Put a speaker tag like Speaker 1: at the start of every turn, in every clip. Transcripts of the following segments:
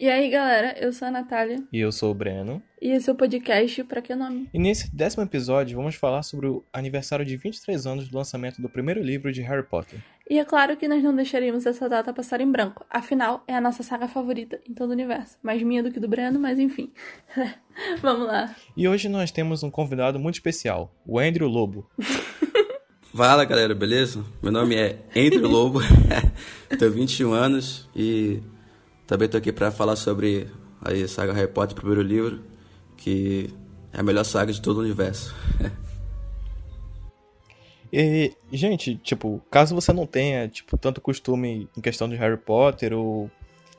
Speaker 1: E aí, galera, eu sou a Natália
Speaker 2: E eu sou o Breno.
Speaker 1: e esse é o podcast Pra Que Nome?
Speaker 2: E nesse décimo episódio vamos falar sobre o aniversário de 23 anos do lançamento do primeiro livro de Harry Potter.
Speaker 1: E é claro que nós não deixaríamos essa data passar em branco, afinal, é a nossa saga favorita em todo o universo. Mais minha do que do Breno, mas enfim. Vamos lá.
Speaker 2: E hoje nós temos um convidado muito especial, o Andrew Lobo.
Speaker 3: Fala galera, beleza? Meu nome é Entre Lobo, tenho 21 anos e também tô aqui pra falar sobre a saga Harry Potter, o primeiro livro, que é a melhor saga de todo o universo.
Speaker 2: E, gente, tipo, caso você não tenha, tipo, tanto costume em questão de Harry Potter ou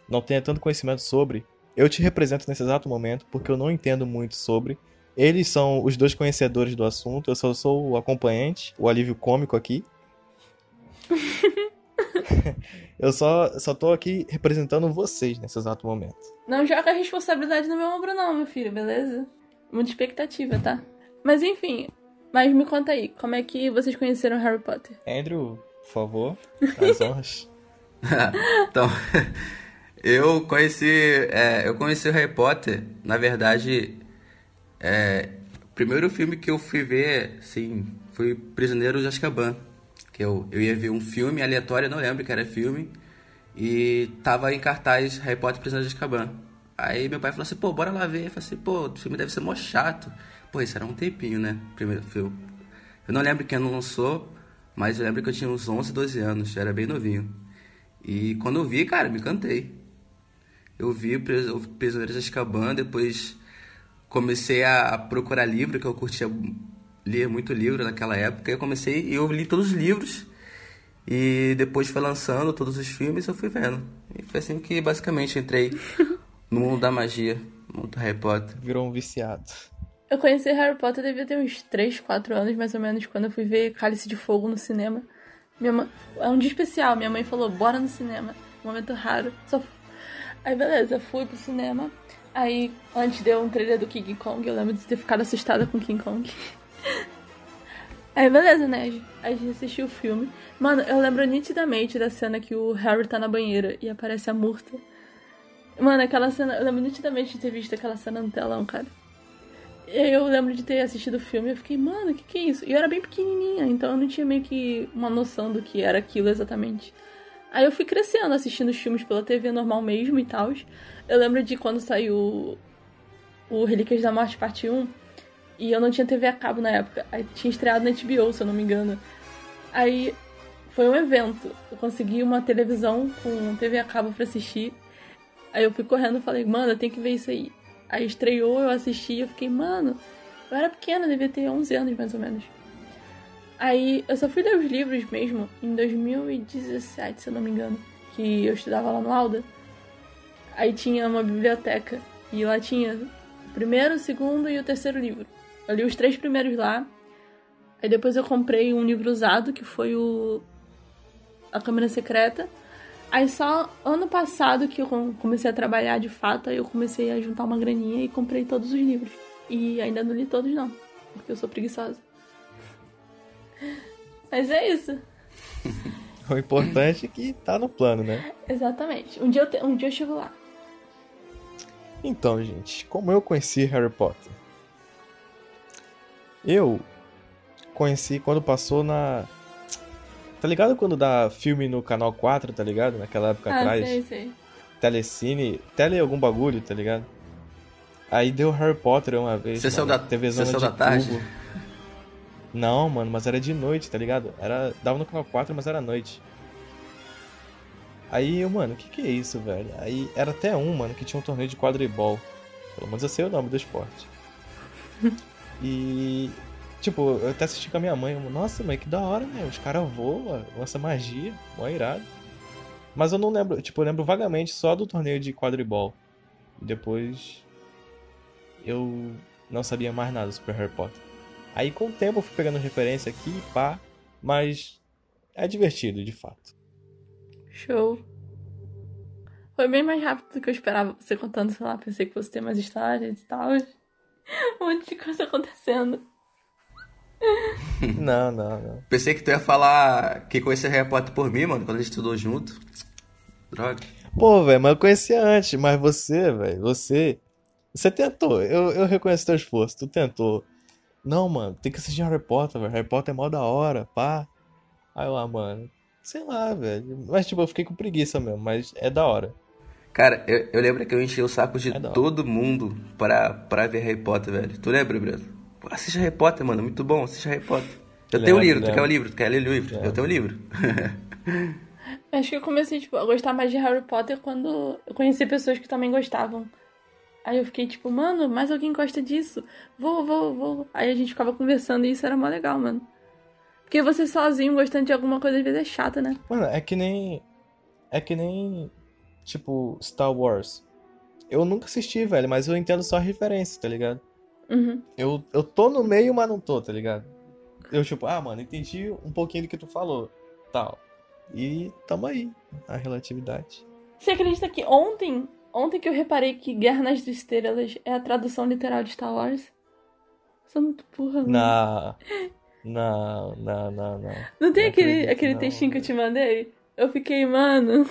Speaker 2: não tenha tanto conhecimento sobre, eu te represento nesse exato momento porque eu não entendo muito sobre. Eles são os dois conhecedores do assunto, eu só sou o acompanhante, o alívio cômico aqui. eu só, só tô aqui representando vocês nesse exato momento.
Speaker 1: Não joga a responsabilidade no meu ombro, não, meu filho, beleza? Muita expectativa, tá? Mas enfim, mas me conta aí, como é que vocês conheceram Harry Potter?
Speaker 2: Andrew, por favor, as honras.
Speaker 3: então, eu conheci, é, eu conheci o Harry Potter, na verdade, é, o primeiro filme que eu fui ver, sim, foi Prisioneiro de Azkaban, que eu, eu ia ver um filme aleatório, não lembro que era filme, e tava em cartaz Harry Potter e Prisioneiro de Azkaban. Aí meu pai falou assim, pô, bora lá ver. Eu falei assim, pô, o filme deve ser mó chato. Pô, isso era um tempinho, né? Primeiro filme. Eu não lembro quem lançou, mas eu lembro que eu tinha uns 11, 12 anos, eu era bem novinho. E quando eu vi, cara, me encantei. Eu vi Pris- o Prisioneiros de Azkaban, depois comecei a a procurar livro, que eu curtia ler muito livro naquela época. e Eu comecei e eu li todos os livros. E depois foi lançando todos os filmes, eu fui vendo. E foi assim que basicamente entrei no mundo da magia, no mundo do Harry Potter.
Speaker 2: Virou um viciado.
Speaker 1: Eu conheci Harry Potter, devia ter uns 3, 4 anos mais ou menos, quando eu fui ver Cálice de Fogo no cinema. Minha mãe... É um dia especial, minha mãe falou, bora no cinema. Momento raro. Só... f- Aí beleza, fui pro cinema. Aí antes deu um trailer do King Kong, eu lembro de ter ficado assustada com King Kong. Aí beleza, né? A gente assistiu o filme. Mano, eu lembro nitidamente da cena que o Harry tá na banheira e aparece a Murta. Mano, aquela cena. Eu lembro nitidamente de ter visto aquela cena no telão, cara. E aí eu lembro de ter assistido o filme e eu fiquei, mano, o que, que é isso? E eu era bem pequenininha, então eu não tinha meio que uma noção do que era aquilo exatamente. Aí eu fui crescendo assistindo os filmes pela TV normal mesmo e tal. Eu lembro de quando saiu o Relíquias da Morte Parte 1 e eu não tinha TV a cabo na época. Aí tinha estreado na HBO, se eu não me engano. Aí foi um evento. Eu consegui uma televisão com TV a cabo pra assistir. Aí eu fui correndo e falei, mano, eu tenho que ver isso aí. Aí estreou, eu assisti, eu fiquei, mano, eu era pequena, devia ter 11 anos mais ou menos. Aí eu só fui ler os livros mesmo em 2017, se eu não me engano, que eu estudava lá no Alda. Aí tinha uma biblioteca e lá tinha o primeiro, o segundo e o terceiro livro. Eu li os três primeiros lá. Aí depois eu comprei um livro usado que foi o A Câmara Secreta. Aí só ano passado que eu com- comecei a trabalhar de fato, aí eu comecei a juntar uma graninha e comprei todos os livros. E ainda não li todos não, porque eu sou preguiçosa. Mas é isso.
Speaker 2: O importante é que tá no plano, né?
Speaker 1: Exatamente. Um dia eu, te- um dia eu chego lá.
Speaker 2: Então, gente, como eu conheci Harry Potter? Eu conheci quando passou na. Tá ligado quando dá filme no canal 4, tá ligado? Naquela época atrás.
Speaker 1: Ah, sei, sei.
Speaker 2: Telecine. Tele algum bagulho, tá ligado? Aí deu Harry Potter uma vez.
Speaker 3: Sessão
Speaker 2: mano,
Speaker 3: da-
Speaker 2: TVzona
Speaker 3: sessão
Speaker 2: de
Speaker 3: da tarde?
Speaker 2: tubo. Não, mano, mas era de noite, tá ligado? Era, dava no canal 4, mas era noite. Aí eu, mano, o que que é isso, velho? Aí era até um, mano, que tinha um torneio de quadribol. Pelo menos eu sei o nome do esporte. E. Tipo, eu até assisti com a minha mãe. Eu, Nossa, mãe, que da hora, né? Os caras voam, lança magia, mó irado. Mas eu não lembro, tipo, eu lembro vagamente só do torneio de quadribol. Depois. Eu não sabia mais nada sobre Harry Potter. Aí com o tempo eu fui pegando referência aqui, pá. Mas. É divertido, de fato.
Speaker 1: Show. Foi bem mais rápido do que eu esperava você contando, sei lá, pensei que fosse ter mais histórias e tal. Um monte de coisa acontecendo.
Speaker 2: Não, não, não.
Speaker 3: Pensei que tu ia falar que conheceu Harry Potter por mim, mano, quando a gente estudou junto. Droga.
Speaker 2: Pô, velho, mas eu conhecia antes, mas você, velho, você. Você tentou, eu, eu reconheço teu esforço, tu tentou. Não, mano, tem que assistir Harry Potter, velho. Harry Potter é mó da hora, pá. Aí eu, ah, mano, sei lá, velho. Mas, tipo, eu fiquei com preguiça mesmo, mas é da hora.
Speaker 3: Cara, eu, eu lembro que eu enchi o saco de
Speaker 2: É da hora.
Speaker 3: todo mundo pra, pra ver Harry Potter, velho. Tu lembra, Breno? Pô, Assiste Harry Potter, mano. Muito bom, assiste Harry Potter. Eu tenho
Speaker 2: Lembro,
Speaker 3: o livro, tu quer o
Speaker 2: lembro.
Speaker 3: livro? Tu quer ler o livro? Eu tenho o livro.
Speaker 1: Acho que eu comecei, tipo, a gostar mais de Harry Potter quando eu conheci pessoas que também gostavam. Aí eu fiquei tipo, mano, mais alguém gosta disso? Vou, vou, vou. Aí a gente ficava conversando e isso era mó legal, mano. Porque você sozinho gostando de alguma coisa às vezes é chato, né?
Speaker 2: Mano, é que nem. É que nem. Tipo, Star Wars. Eu nunca assisti, velho, mas eu entendo só a referência, tá ligado?
Speaker 1: Uhum.
Speaker 2: Eu, eu tô no meio, mas não tô, tá ligado? Eu, tipo, ah, mano, entendi um pouquinho do que tu falou, tal. E tamo aí, a relatividade.
Speaker 1: Você acredita que ontem, ontem que eu reparei que Guerra nas Estrelas é a tradução literal de Star Wars? Sou muito burra, mano.
Speaker 2: Na. Na. Na. Na. na.
Speaker 1: Não tem aquele,
Speaker 2: Não acredito,
Speaker 1: aquele
Speaker 2: não,
Speaker 1: textinho que eu te mandei? Eu fiquei, mano.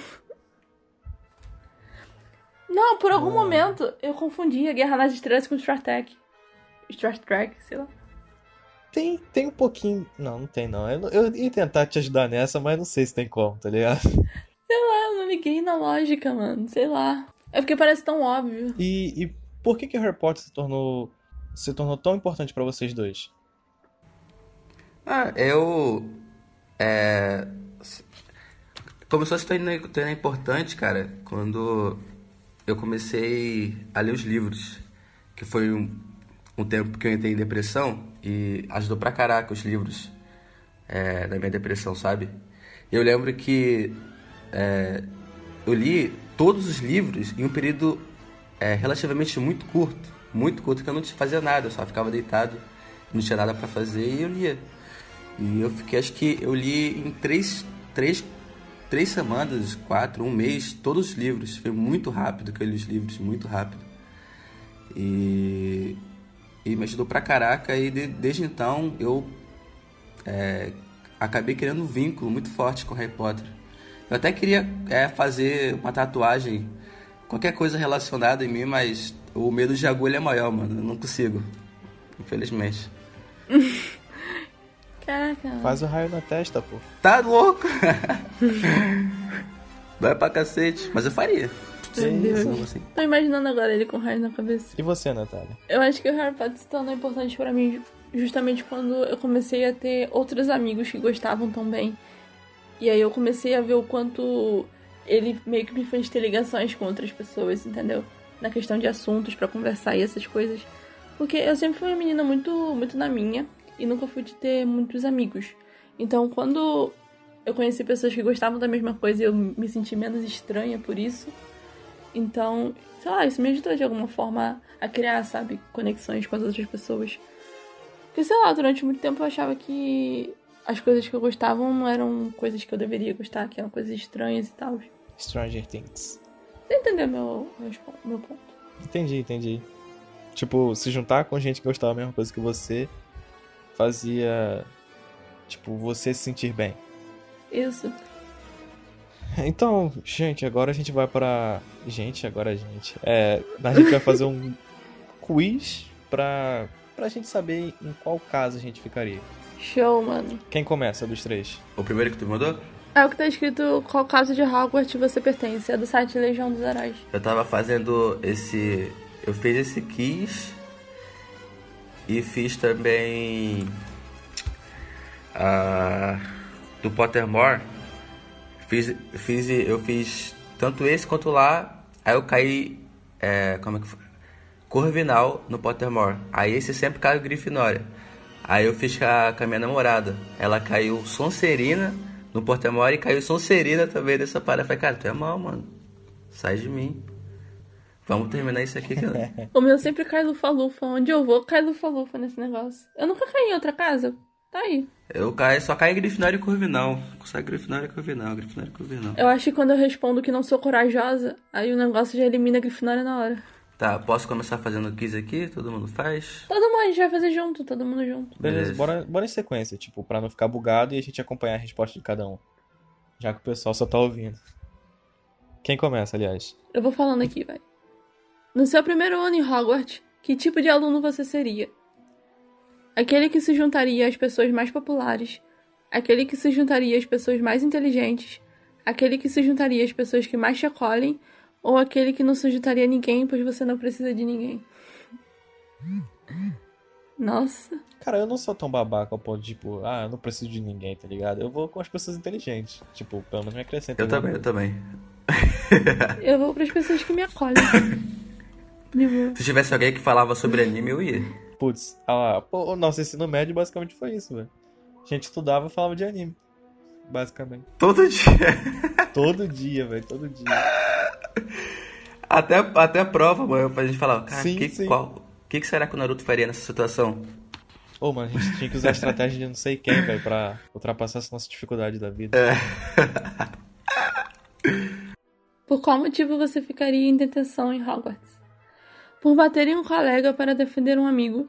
Speaker 1: Não, por algum
Speaker 2: Não.
Speaker 1: momento eu confundi a Guerra nas Estrelas com Star Trek. Star Trek, sei lá.
Speaker 2: Tem, tem um pouquinho. Não, não tem não. Eu, eu ia tentar te ajudar nessa, mas não sei se tem como, tá ligado?
Speaker 1: Ah, eu não liguei na lógica, mano. Sei lá. É porque parece tão óbvio.
Speaker 2: E, e por que que Harry Potter se tornou. se tornou tão importante pra vocês dois?
Speaker 3: Ah, eu. É. s- Começou a se tornar, tornar importante, cara, quando eu comecei a ler os livros. Que foi um, um tempo que eu entrei em depressão e ajudou pra caraca os livros é, na minha depressão, sabe? Eu lembro que é, eu li todos os livros em um período é, relativamente muito curto. Muito curto, que eu não fazia nada, eu só ficava deitado, não tinha nada pra fazer e eu lia. E eu fiquei, acho que eu li em três, três, três semanas, quatro, um mês, todos os livros. Foi muito rápido que eu li os livros, muito rápido. E, e me ajudou pra caraca. E de- desde então eu é, acabei criando um vínculo muito forte com Harry Potter. Eu até queria é, fazer uma tatuagem, qualquer coisa relacionada em mim, mas o medo de agulha é maior, mano. Eu não consigo, infelizmente.
Speaker 1: Caraca. mano.
Speaker 2: Faz o raio na testa, pô.
Speaker 3: Tá louco? Vai pra cacete. Mas eu faria.
Speaker 1: Meu Deus.
Speaker 3: Assim.
Speaker 1: Tô imaginando agora ele com raio na cabeça.
Speaker 2: E você, Natália?
Speaker 1: Eu acho que o Harry Potter se tornou importante pra mim justamente quando eu comecei a ter outros amigos que gostavam também. E aí eu comecei a ver o quanto ele meio que me fez ter ligações com outras pessoas, entendeu? Na questão de assuntos pra conversar e essas coisas. Porque eu sempre fui uma menina muito, muito na minha e nunca fui de ter muitos amigos. Então quando eu conheci pessoas que gostavam da mesma coisa, eu me senti menos estranha por isso. Então, sei lá, isso me ajudou de alguma forma a criar, sabe, conexões com as outras pessoas. Porque, sei lá, durante muito tempo eu achava que as coisas que eu gostava não eram coisas que eu deveria gostar, que eram coisas estranhas e tal. Você
Speaker 2: Stranger Things.
Speaker 1: entendeu meu, meus pon- meu ponto?
Speaker 2: Entendi, entendi. Tipo, se juntar com gente que gostava da mesma coisa que você fazia. Tipo, você se sentir bem.
Speaker 1: Isso.
Speaker 2: Então, gente, agora a gente vai pra. Gente, agora a gente. É, a gente vai fazer um quiz pra. pra gente saber em qual caso a gente ficaria.
Speaker 1: Show, mano.
Speaker 2: Quem começa dos três?
Speaker 3: O primeiro que tu me mandou?
Speaker 1: É o que tá escrito qual casa de Hogwarts você pertence. É do site Legião dos Heróis.
Speaker 3: Eu tava fazendo esse. Eu fiz esse quiz. E fiz também. ah, do Pottermore. Fiz, fiz, eu fiz tanto esse quanto lá. Aí eu caí. é, como é que foi? Corvinal no Pottermore. Aí esse sempre caiu Grifinória. Aí eu fiz com a, com a minha namorada. Ela caiu Sonserina no Pottermore e caiu Sonserina também dessa parada. Eu falei, cara, tu é mal, mano. Sai de mim. Vamos terminar isso aqui, cara.
Speaker 1: O meu sempre cai lufa-lufa. Onde eu vou, cai lufa-lufa nesse negócio. Eu nunca caí em outra casa. Tá aí.
Speaker 3: Eu caio, só caio Grifinória e Corvinal. Só Grifinória e Corvinal, Grifinória e Corvinal.
Speaker 1: Eu acho que quando eu respondo que não sou corajosa, aí o negócio já elimina a Grifinória na hora.
Speaker 3: Tá, posso começar fazendo o quiz aqui? Todo mundo faz?
Speaker 1: Todo mundo, a gente vai fazer junto, todo mundo junto.
Speaker 2: Beleza,
Speaker 3: Beleza.
Speaker 2: bora, bora em sequência, tipo, pra não ficar bugado e a gente acompanhar a resposta de cada um. Já que o pessoal só tá ouvindo. Quem começa, aliás?
Speaker 1: Eu vou falando aqui, vai. No seu primeiro ano em Hogwarts, que tipo de aluno você seria? Aquele que se juntaria às pessoas mais populares, aquele que se juntaria às pessoas mais inteligentes, aquele que se juntaria às pessoas que mais te acolhem, ou aquele que não se juntaria a ninguém, pois você não precisa de ninguém. Nossa.
Speaker 2: Cara, eu não sou tão babaca ao ponto de, tipo, ah, eu não preciso de ninguém, tá ligado? Eu vou com as pessoas inteligentes. Tipo, pelo menos me acrescenta.
Speaker 3: Eu
Speaker 2: alguma
Speaker 3: também, eu
Speaker 2: coisa.
Speaker 3: também.
Speaker 1: Eu vou para as pessoas que me acolhem. De boa.
Speaker 3: Se tivesse alguém que falava sobre anime, eu ia.
Speaker 2: Putz, ah, lá, pô, o nosso ensino médio basicamente foi isso, velho. A gente estudava e falava de anime. Basicamente.
Speaker 3: Todo dia.
Speaker 2: Todo dia, velho, todo dia.
Speaker 3: Até, até a prova, mano, pra gente falar, cara,
Speaker 2: Sim,
Speaker 3: que,
Speaker 2: sim.
Speaker 3: qual, que que será que o Naruto faria nessa situação?
Speaker 2: Ô, mano, a gente tinha que usar a estratégia de não sei quem, velho, pra ultrapassar essa nossa dificuldade da vida.
Speaker 3: É.
Speaker 1: Por qual motivo você ficaria em detenção em Hogwarts? Por bater em um colega para defender um amigo,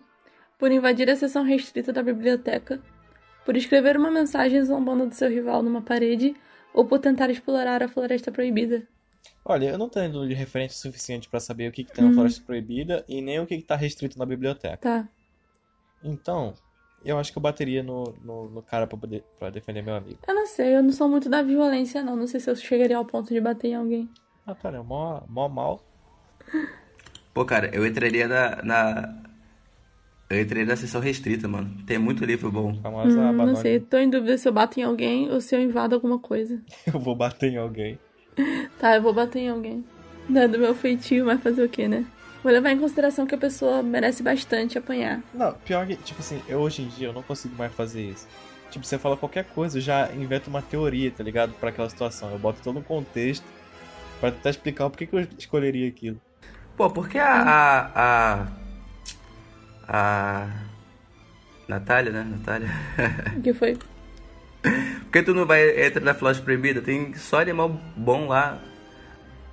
Speaker 1: por invadir a seção restrita da biblioteca, por escrever uma mensagem zombando do seu rival numa parede, ou por tentar explorar a floresta proibida.
Speaker 2: Olha, eu não tenho de referência suficiente pra saber o que, que tem na floresta proibida e nem o que, que tá restrito na biblioteca.
Speaker 1: Tá.
Speaker 2: Então, eu acho que eu bateria no, no, no cara pra, poder, pra defender meu amigo.
Speaker 1: Eu não sei, eu não sou muito da violência, não. Não sei se eu chegaria ao ponto de bater em alguém.
Speaker 2: Ah, cara, mó, mó mal.
Speaker 3: Pô, cara, eu entraria na, na- Eu entraria na sessão restrita, mano. Tem muito livro bom.
Speaker 2: Famosa
Speaker 1: Hum,
Speaker 2: Abadone.
Speaker 1: não sei, tô em dúvida se eu bato em alguém ou se eu invado alguma coisa.
Speaker 2: Eu vou bater em alguém.
Speaker 1: Tá, eu vou bater em alguém. Não é do meu feitio, mas fazer o quê, né? Vou levar em consideração que a pessoa merece bastante apanhar.
Speaker 2: Não, pior que, tipo assim, eu hoje em dia eu não consigo mais fazer isso. Tipo, você fala qualquer coisa, eu já invento uma teoria, tá ligado? Pra aquela situação. Eu boto todo um contexto pra tentar explicar por que, que eu escolheria aquilo.
Speaker 3: Pô, por que a. A. A. a... Natália, né? Natália.
Speaker 1: O que foi?
Speaker 3: por que tu não vai entrar na Floresta Proibida? Tem só animal bom lá.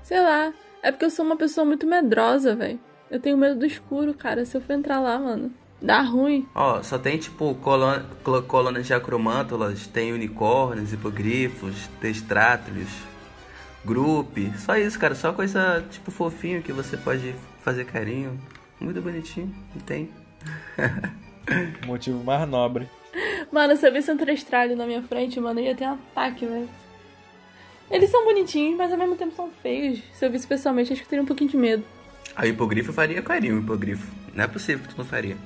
Speaker 1: Sei lá. É porque eu sou uma pessoa muito medrosa, velho. Eu tenho medo do escuro, cara. Se eu for entrar lá, mano, dá ruim.
Speaker 3: Ó, só tem tipo colon- col- colônias de acromântulas, tem unicórnios, hipogrifos, destrátulos, grupe. Só isso, cara. Só coisa tipo fofinho que você pode fazer carinho. Muito bonitinho, não tem?
Speaker 2: O motivo mais nobre.
Speaker 1: Mano, se eu visse um trestralho na minha frente, mano, eu ia ter um ataque, velho. Eles são bonitinhos, mas ao mesmo tempo são feios. Se eu visse pessoalmente, acho que eu teria um pouquinho de medo.
Speaker 3: A hipogrifo faria carinho, hipogrifo. Não é possível que tu não faria.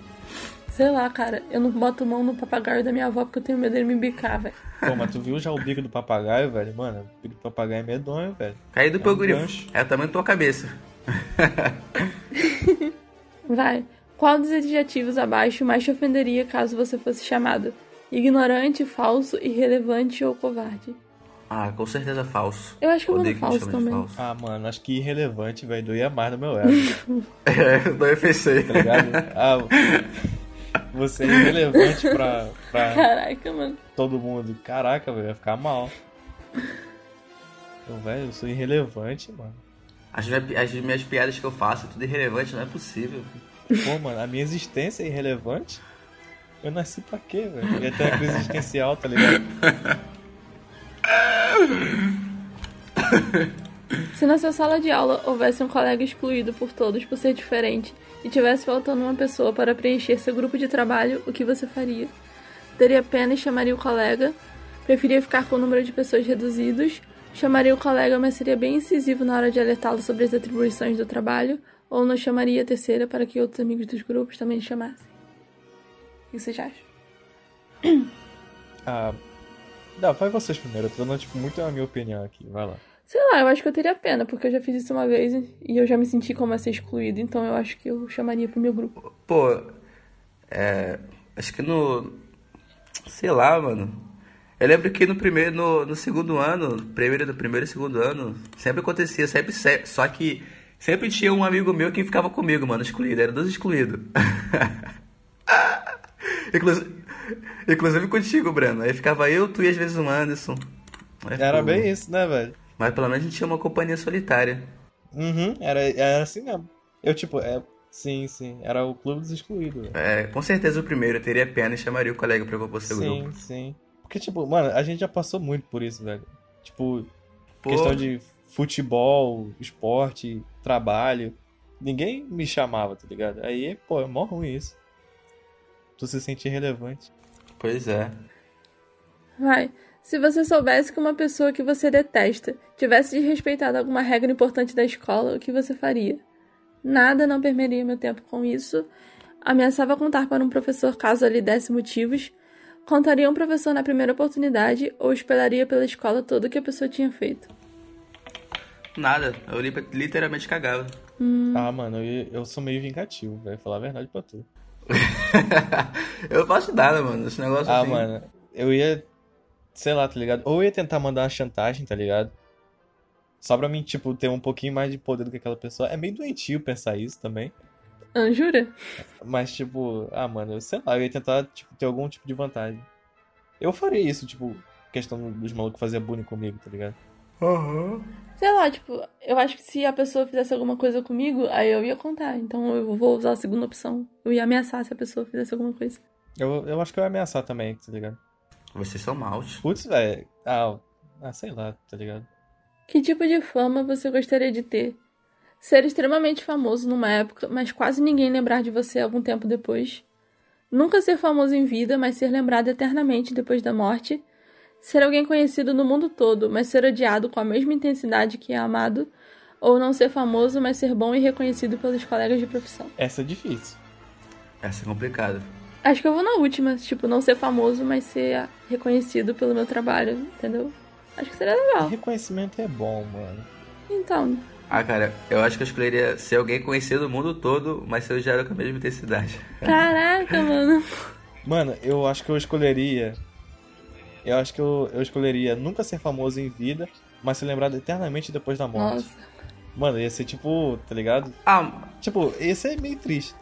Speaker 1: Sei lá, cara. Eu não boto mão no papagaio da minha avó porque eu tenho medo dele me bicar, velho.
Speaker 2: Pô, mas tu viu já o bico do papagaio, velho? Mano, o bico do papagaio é medonho, velho.
Speaker 3: Caí do
Speaker 2: um
Speaker 3: hipogrifo.
Speaker 2: gancho.
Speaker 3: É o tamanho da tua cabeça.
Speaker 1: Vai. Qual dos adjetivos abaixo mais te ofenderia caso você fosse chamado? Ignorante, falso, irrelevante ou covarde?
Speaker 3: Ah, com certeza falso.
Speaker 1: Eu acho que eu vou no
Speaker 3: Odeio me
Speaker 1: falso
Speaker 3: chamem
Speaker 1: também.
Speaker 3: de falso.
Speaker 2: Ah, mano, acho que irrelevante, velho. Doía mais no meu ego.
Speaker 3: É, do FCI.
Speaker 2: tá ligado? Ah, você é irrelevante pra, pra
Speaker 1: Caraca, mano.
Speaker 2: todo mundo. Caraca, velho, vai ficar mal. Então, velho, eu sou irrelevante, mano.
Speaker 3: As minhas, as minhas piadas que eu faço, é tudo irrelevante, não é possível.
Speaker 2: Pô, mano, a minha existência é irrelevante? Eu nasci pra quê, velho? Ia ter uma crise existencial, tá ligado?
Speaker 1: Se na sua sala de aula houvesse um colega excluído por todos por ser diferente e tivesse faltando uma pessoa para preencher seu grupo de trabalho, o que você faria? Teria pena e chamaria o colega? Preferia ficar com o número de pessoas reduzidos? Chamaria o colega, mas seria bem incisivo na hora de alertá-lo sobre as atribuições do trabalho? Ou não chamaria a terceira para que outros amigos dos grupos também chamassem? O que vocês acham?
Speaker 2: Ah. Não, vai vocês primeiro. Eu tô dando, tipo, muito a minha opinião aqui. Vai lá.
Speaker 1: Sei lá, eu acho que eu teria pena, porque eu já fiz isso uma vez e eu já me senti como a ser excluído, então eu acho que eu chamaria pro meu grupo.
Speaker 3: Pô, é, acho que no. Sei lá, mano. Eu lembro que no primeiro, no, no segundo ano, primeiro do primeiro e segundo ano, sempre acontecia, sempre, se- só que sempre tinha um amigo meu que ficava comigo, mano, excluído, era dos excluídos. inclusive, inclusive contigo, Breno. Aí ficava eu, tu e às vezes o Anderson. Aí
Speaker 2: Era
Speaker 3: ficou-
Speaker 2: bem isso, né, velho?
Speaker 3: Mas pelo menos a gente tinha uma companhia solitária.
Speaker 2: Uhum, era, era assim mesmo. Eu, tipo, é. Sim, sim. Era o clube dos excluídos, velho.
Speaker 3: É, com certeza o primeiro eu teria pena e chamaria o colega pra compor seu
Speaker 2: Sim,
Speaker 3: grupo.
Speaker 2: sim. Porque, tipo, mano, a gente já passou muito por isso, velho. Tipo,
Speaker 3: Pô,
Speaker 2: questão de futebol, esporte, trabalho. Ninguém me chamava, tá ligado? Aí, pô, é mó ruim isso. Tu se sente irrelevante.
Speaker 3: Pois é.
Speaker 1: Vai. Se você soubesse que uma pessoa que você detesta tivesse desrespeitado alguma regra importante da escola, o que você faria? Nada não permearia meu tempo com isso. Ameaçava contar para um professor caso ele desse motivos. Contaria a um professor na primeira oportunidade ou espalharia pela escola todo o que a pessoa tinha feito.
Speaker 3: Nada. Eu li- literalmente cagava.
Speaker 2: Ah, mano, eu, eu sou meio vingativo, velho. Falar a verdade pra tu.
Speaker 3: eu faço nada, mano. Esse negócio
Speaker 2: Ah,
Speaker 3: assim.
Speaker 2: mano, eu ia, sei lá, tá ligado? Ou eu ia tentar mandar uma chantagem, tá ligado? Só pra mim, tipo, ter um pouquinho mais de poder do que aquela pessoa. É meio doentio pensar isso também.
Speaker 1: Ah, jura?
Speaker 2: Mas, tipo, ah, mano, eu sei lá, eu ia tentar, tipo, ter algum tipo de vantagem. Eu faria isso, tipo, questão dos malucos fazer bullying comigo, tá ligado?
Speaker 1: Sei lá, tipo, eu acho que se a pessoa fizesse alguma coisa comigo, aí eu ia contar. Então eu vou usar a segunda opção. Eu ia ameaçar se a pessoa fizesse alguma coisa.
Speaker 2: Eu, eu acho que eu ia ameaçar também, tá ligado?
Speaker 3: Vocês são maus.
Speaker 2: Putz, velho, ah, ah, sei lá, tá ligado?
Speaker 1: Que tipo de fama você gostaria de ter? Ser extremamente famoso numa época, mas quase ninguém lembrar de você algum tempo depois. Nunca ser famoso em vida, mas ser lembrado eternamente depois da morte. Ser alguém conhecido no mundo todo, mas ser odiado com a mesma intensidade que é amado. Ou não ser famoso, mas ser bom e reconhecido pelos colegas de profissão.
Speaker 2: Essa é difícil.
Speaker 3: Essa é complicada.
Speaker 1: Acho que eu vou na última, tipo, não ser famoso, mas ser reconhecido pelo meu trabalho, entendeu? Acho que seria legal.
Speaker 2: Reconhecimento é bom, mano.
Speaker 1: Então,
Speaker 3: Ah, cara, eu acho que eu escolheria ser alguém conhecido no mundo todo, mas ser odiado com a mesma intensidade.
Speaker 1: caraca, mano.
Speaker 2: Mano, eu acho que eu escolheria. Eu acho que eu, eu escolheria nunca ser famoso em vida, mas ser lembrado eternamente depois da morte.
Speaker 1: Nossa.
Speaker 2: Mano, ia ser tipo, tá ligado?
Speaker 3: Ah,
Speaker 2: Tipo, esse é meio triste.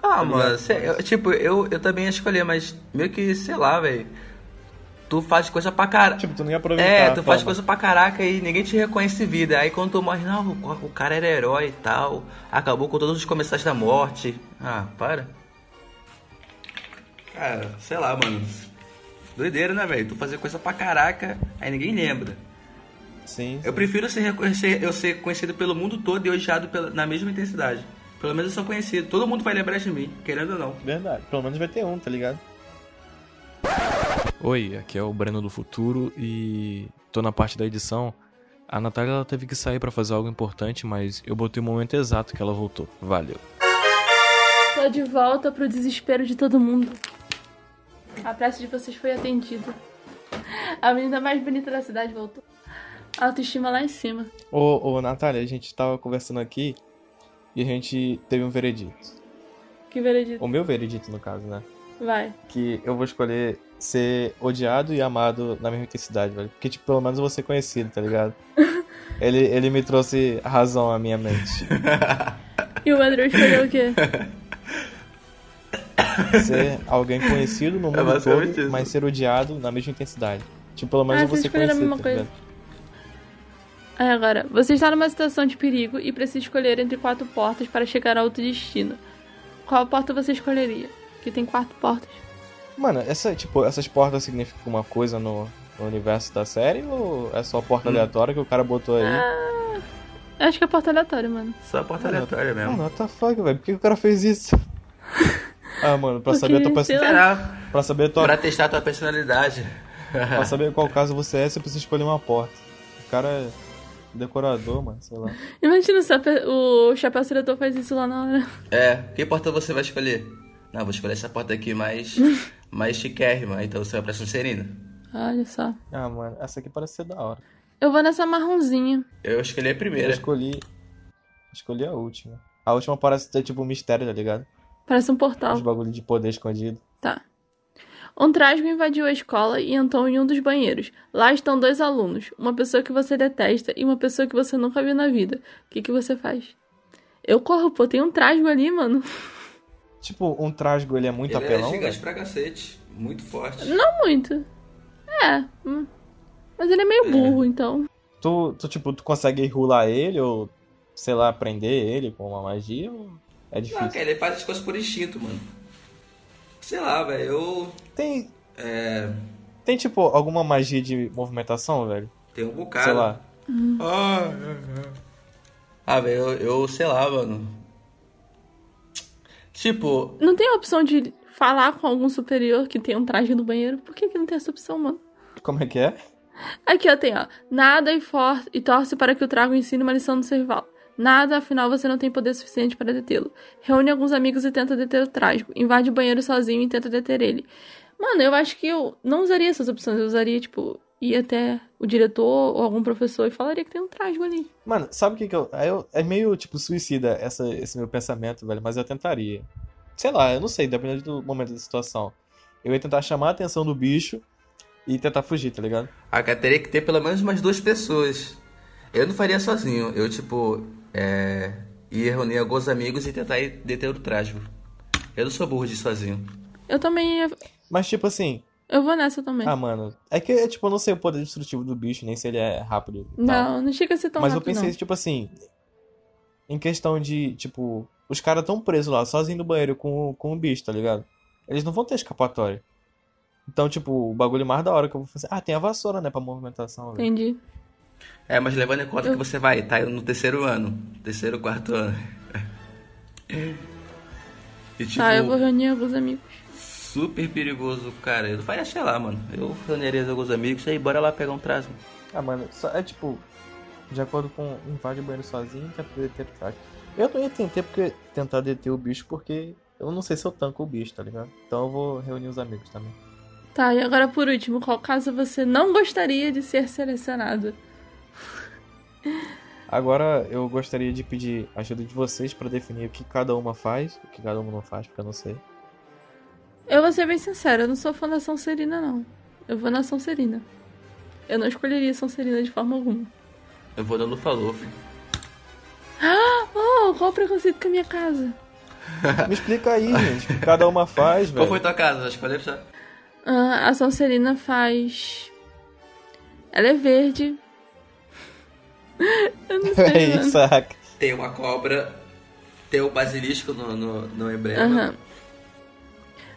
Speaker 2: Tá
Speaker 3: ah mano, cê- eu- tipo, eu, eu também ia escolher, mas meio que, sei lá, velho. Tu faz coisa pra caralho.
Speaker 2: Tipo, tu não ia aproveitar.
Speaker 3: É, tu
Speaker 2: a
Speaker 3: faz
Speaker 2: fama.
Speaker 3: coisa pra caraca e ninguém te reconhece em vida. Aí quando tu morre, não, o o cara era herói e tal. Acabou com todos os comensais da morte. Ah, para. Cara, sei lá, mano. Doideira, né, velho? Tu fazer coisa pra caraca, aí ninguém lembra.
Speaker 2: Sim.
Speaker 3: Eu prefiro ser, reconhecer, eu ser conhecido pelo mundo todo e odiado pela- na mesma intensidade. Pelo menos eu sou conhecido. Todo mundo vai lembrar de mim, querendo ou não.
Speaker 2: Verdade. Pelo menos vai ter um, tá ligado?
Speaker 4: Oi, aqui é o Breno do Futuro e tô na parte da edição. A Natália ela teve que sair pra fazer algo importante, mas eu botei o momento exato que ela voltou. Valeu.
Speaker 1: Tô de volta pro desespero de todo mundo. A prece de vocês foi atendida. A menina mais bonita da cidade voltou. A autoestima lá em cima.
Speaker 2: Ô, ô, Natália, a gente tava conversando aqui e a gente teve um veredito.
Speaker 1: Que veredito.
Speaker 2: O meu veredito, no caso, né?
Speaker 1: Vai.
Speaker 2: Que eu vou escolher ser odiado e amado na mesma intensidade, velho. Porque, tipo, pelo menos eu vou ser conhecido, tá ligado? Ele, ele me trouxe razão à minha mente.
Speaker 1: E o André escolheu o quê?
Speaker 2: Ser alguém conhecido no mundo
Speaker 3: É basicamente
Speaker 2: todo,
Speaker 3: isso.
Speaker 2: mas ser odiado na mesma intensidade. Tipo, pelo menos
Speaker 1: Ah,
Speaker 2: eu vou
Speaker 1: vocês
Speaker 2: ser
Speaker 1: escolheram a
Speaker 2: conhecido,
Speaker 1: mesma
Speaker 2: tá ligado?
Speaker 1: Aí agora, você está numa situação de perigo e precisa escolher entre quatro portas para chegar a outro destino. Qual porta você escolheria? Que tem quatro portas.
Speaker 2: Mano, essa, tipo, essas portas significam alguma coisa no, no universo da série ou é só porta
Speaker 3: Hum.
Speaker 2: aleatória que o cara botou aí?
Speaker 1: Ah. Eu acho que é porta aleatória, mano.
Speaker 3: Só a porta aleatória
Speaker 2: Mano,
Speaker 3: mesmo.
Speaker 2: what the fuck, velho? Por que que o cara fez isso? Ah, mano, pra
Speaker 1: Porque,
Speaker 2: saber a tua
Speaker 1: sei
Speaker 2: perso-
Speaker 1: lá.
Speaker 3: Será?
Speaker 2: pra saber a tua-
Speaker 3: Pra testar tua personalidade.
Speaker 2: pra saber qual caso você é, você precisa escolher uma porta. O cara é decorador, mano, sei lá.
Speaker 1: Imagina se a pe- o chapéu seletor faz isso lá na hora.
Speaker 3: É, que porta você vai escolher? Não, vou escolher essa porta aqui mais, mais chiquérrima, então você vai pra Sonserina.
Speaker 1: Olha só.
Speaker 2: Ah, mano, essa aqui parece ser da hora.
Speaker 1: Eu vou nessa marronzinha.
Speaker 3: Eu escolhi a
Speaker 2: Eu
Speaker 3: primeira.
Speaker 2: escolhi escolhi a última. A última parece ter tipo um mistério, tá ligado?
Speaker 1: Parece um portal.
Speaker 2: Uns bagulho de poder escondido.
Speaker 1: Tá. Um trasgo invadiu a escola e entrou em um dos banheiros. Lá estão dois alunos, uma pessoa que você detesta e uma pessoa que você nunca viu na vida. O que, que você faz? Eu corro, pô, tem um trasgo ali, mano.
Speaker 2: Tipo, um trasgo, ele é muito apelão, velho.
Speaker 3: pra cacete, muito forte.
Speaker 1: Não muito. É. hum. Mas ele é meio burro, então.
Speaker 2: Tu, tu, tipo, tu consegue enrolar ele ou, sei lá, prender ele com uma magia ou é difícil?
Speaker 3: ele faz as coisas por instinto, mano. Sei lá, velho, eu...
Speaker 2: Tem,
Speaker 3: É...
Speaker 2: tem, tipo, alguma magia de movimentação, velho?
Speaker 3: Tem um
Speaker 2: Sei
Speaker 3: bocado.
Speaker 2: lá,
Speaker 3: Ah, é, é. Ah, velho, eu, eu sei lá, mano. Tipo,
Speaker 1: Não tem a opção de falar com algum superior que tem um traje no banheiro? Por que, que não tem essa opção, mano?
Speaker 2: Como é que é?
Speaker 1: Aqui, ó, tem, ó. Nada e, for e torce para que o trago ensine uma lição do seu rival. Nada, afinal você não tem poder suficiente para detê-lo. Reúne alguns amigos e tenta deter o trágico. Invade o banheiro sozinho e tenta deter ele. Mano, eu acho que eu não usaria essas opções. Eu usaria, tipo, ir até o diretor ou algum professor e falaria que tem um trágico ali.
Speaker 2: Mano, sabe o que que eu... aí eu- É meio, tipo, suicida essa, esse meu pensamento, velho, mas eu tentaria. Sei lá, eu não sei, dependendo do momento da situação. Eu ia tentar chamar a atenção do bicho e tentar fugir, tá ligado?
Speaker 3: a Ah, cara teria que ter pelo menos umas duas pessoas. Eu não faria sozinho. Eu, tipo, é, ia reunir alguns amigos e tentar ir deter o trágico. Eu não sou burro de ir sozinho.
Speaker 1: Eu também ia...
Speaker 2: Mas, tipo assim...
Speaker 1: Eu vou nessa também.
Speaker 2: Ah, mano... É que, é, tipo, eu não sei o poder destrutivo do bicho, nem se ele é rápido e tal.
Speaker 1: não, não chega a ser tão
Speaker 2: Mas eu
Speaker 1: rápido,
Speaker 2: pensei, tipo assim, em questão de, tipo, os caras tão presos lá, sozinhos no banheiro com, o- com o bicho, tá ligado? Eles não vão ter escapatória. Então, tipo, o bagulho mais da hora que eu vou fazer. Ah, tem a vassoura, né, pra movimentação,
Speaker 1: não.
Speaker 2: velho.
Speaker 1: Entendi.
Speaker 3: É, mas levando em conta que você vai, tá no terceiro ano. Terceiro, quarto ano. E, tipo,
Speaker 1: Tá, eu vou reunir alguns amigos.
Speaker 3: super perigoso, cara. Eu não faria, sei lá, mano. Eu reuniria alguns amigos e aí bora lá pegar um trágico.
Speaker 2: Ah, mano, só- é tipo, de acordo com invade o banheiro sozinho, quer poder ter traje. Eu não ia tentar, porque, tentar deter o bicho, porque eu não sei se eu tanco o bicho, tá ligado? Então eu vou reunir os amigos também.
Speaker 1: Tá, e agora por último, qual caso você não gostaria de ser selecionado?
Speaker 2: Agora eu gostaria de pedir a ajuda de vocês pra definir o que cada uma faz, o que cada uma não faz, porque eu não sei.
Speaker 1: Eu vou ser bem sincera, eu não sou fã da Sonserina, não. Eu vou na Sonserina. Eu não escolheria Sonserina de forma alguma.
Speaker 3: Eu vou dando falou, filho.
Speaker 1: Oh, qual o preconceito com a minha casa?
Speaker 2: Me explica aí, gente, o que cada uma faz,
Speaker 3: Qual
Speaker 2: velho.
Speaker 3: foi tua casa? Acho que eu só.
Speaker 1: Ah, a Sonserina faz. Ela é verde. eu não sei.
Speaker 2: Aí,
Speaker 1: mano.
Speaker 2: É saca.
Speaker 3: Tem uma cobra, tem o basilisco no, no, no emblema.
Speaker 1: Aham.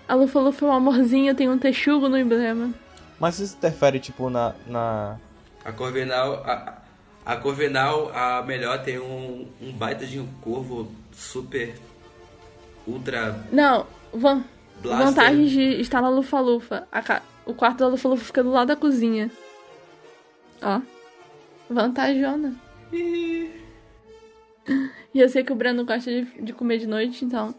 Speaker 1: A Lufa Lufa é um amorzinho, tem um texugo no emblema.
Speaker 2: Mas isso interfere, tipo, na, na...
Speaker 3: A Corvinal, a, a Corvinal, a melhor, tem um, um baita de um corvo super, ultra
Speaker 1: Não, van...
Speaker 3: blaster.
Speaker 1: vantagem de estar na Lufa Lufa. A ca- O quarto da Lufa Lufa fica do lado da cozinha. Ó. Vantajona. E eu sei que o Breno gosta de, de comer de noite, então.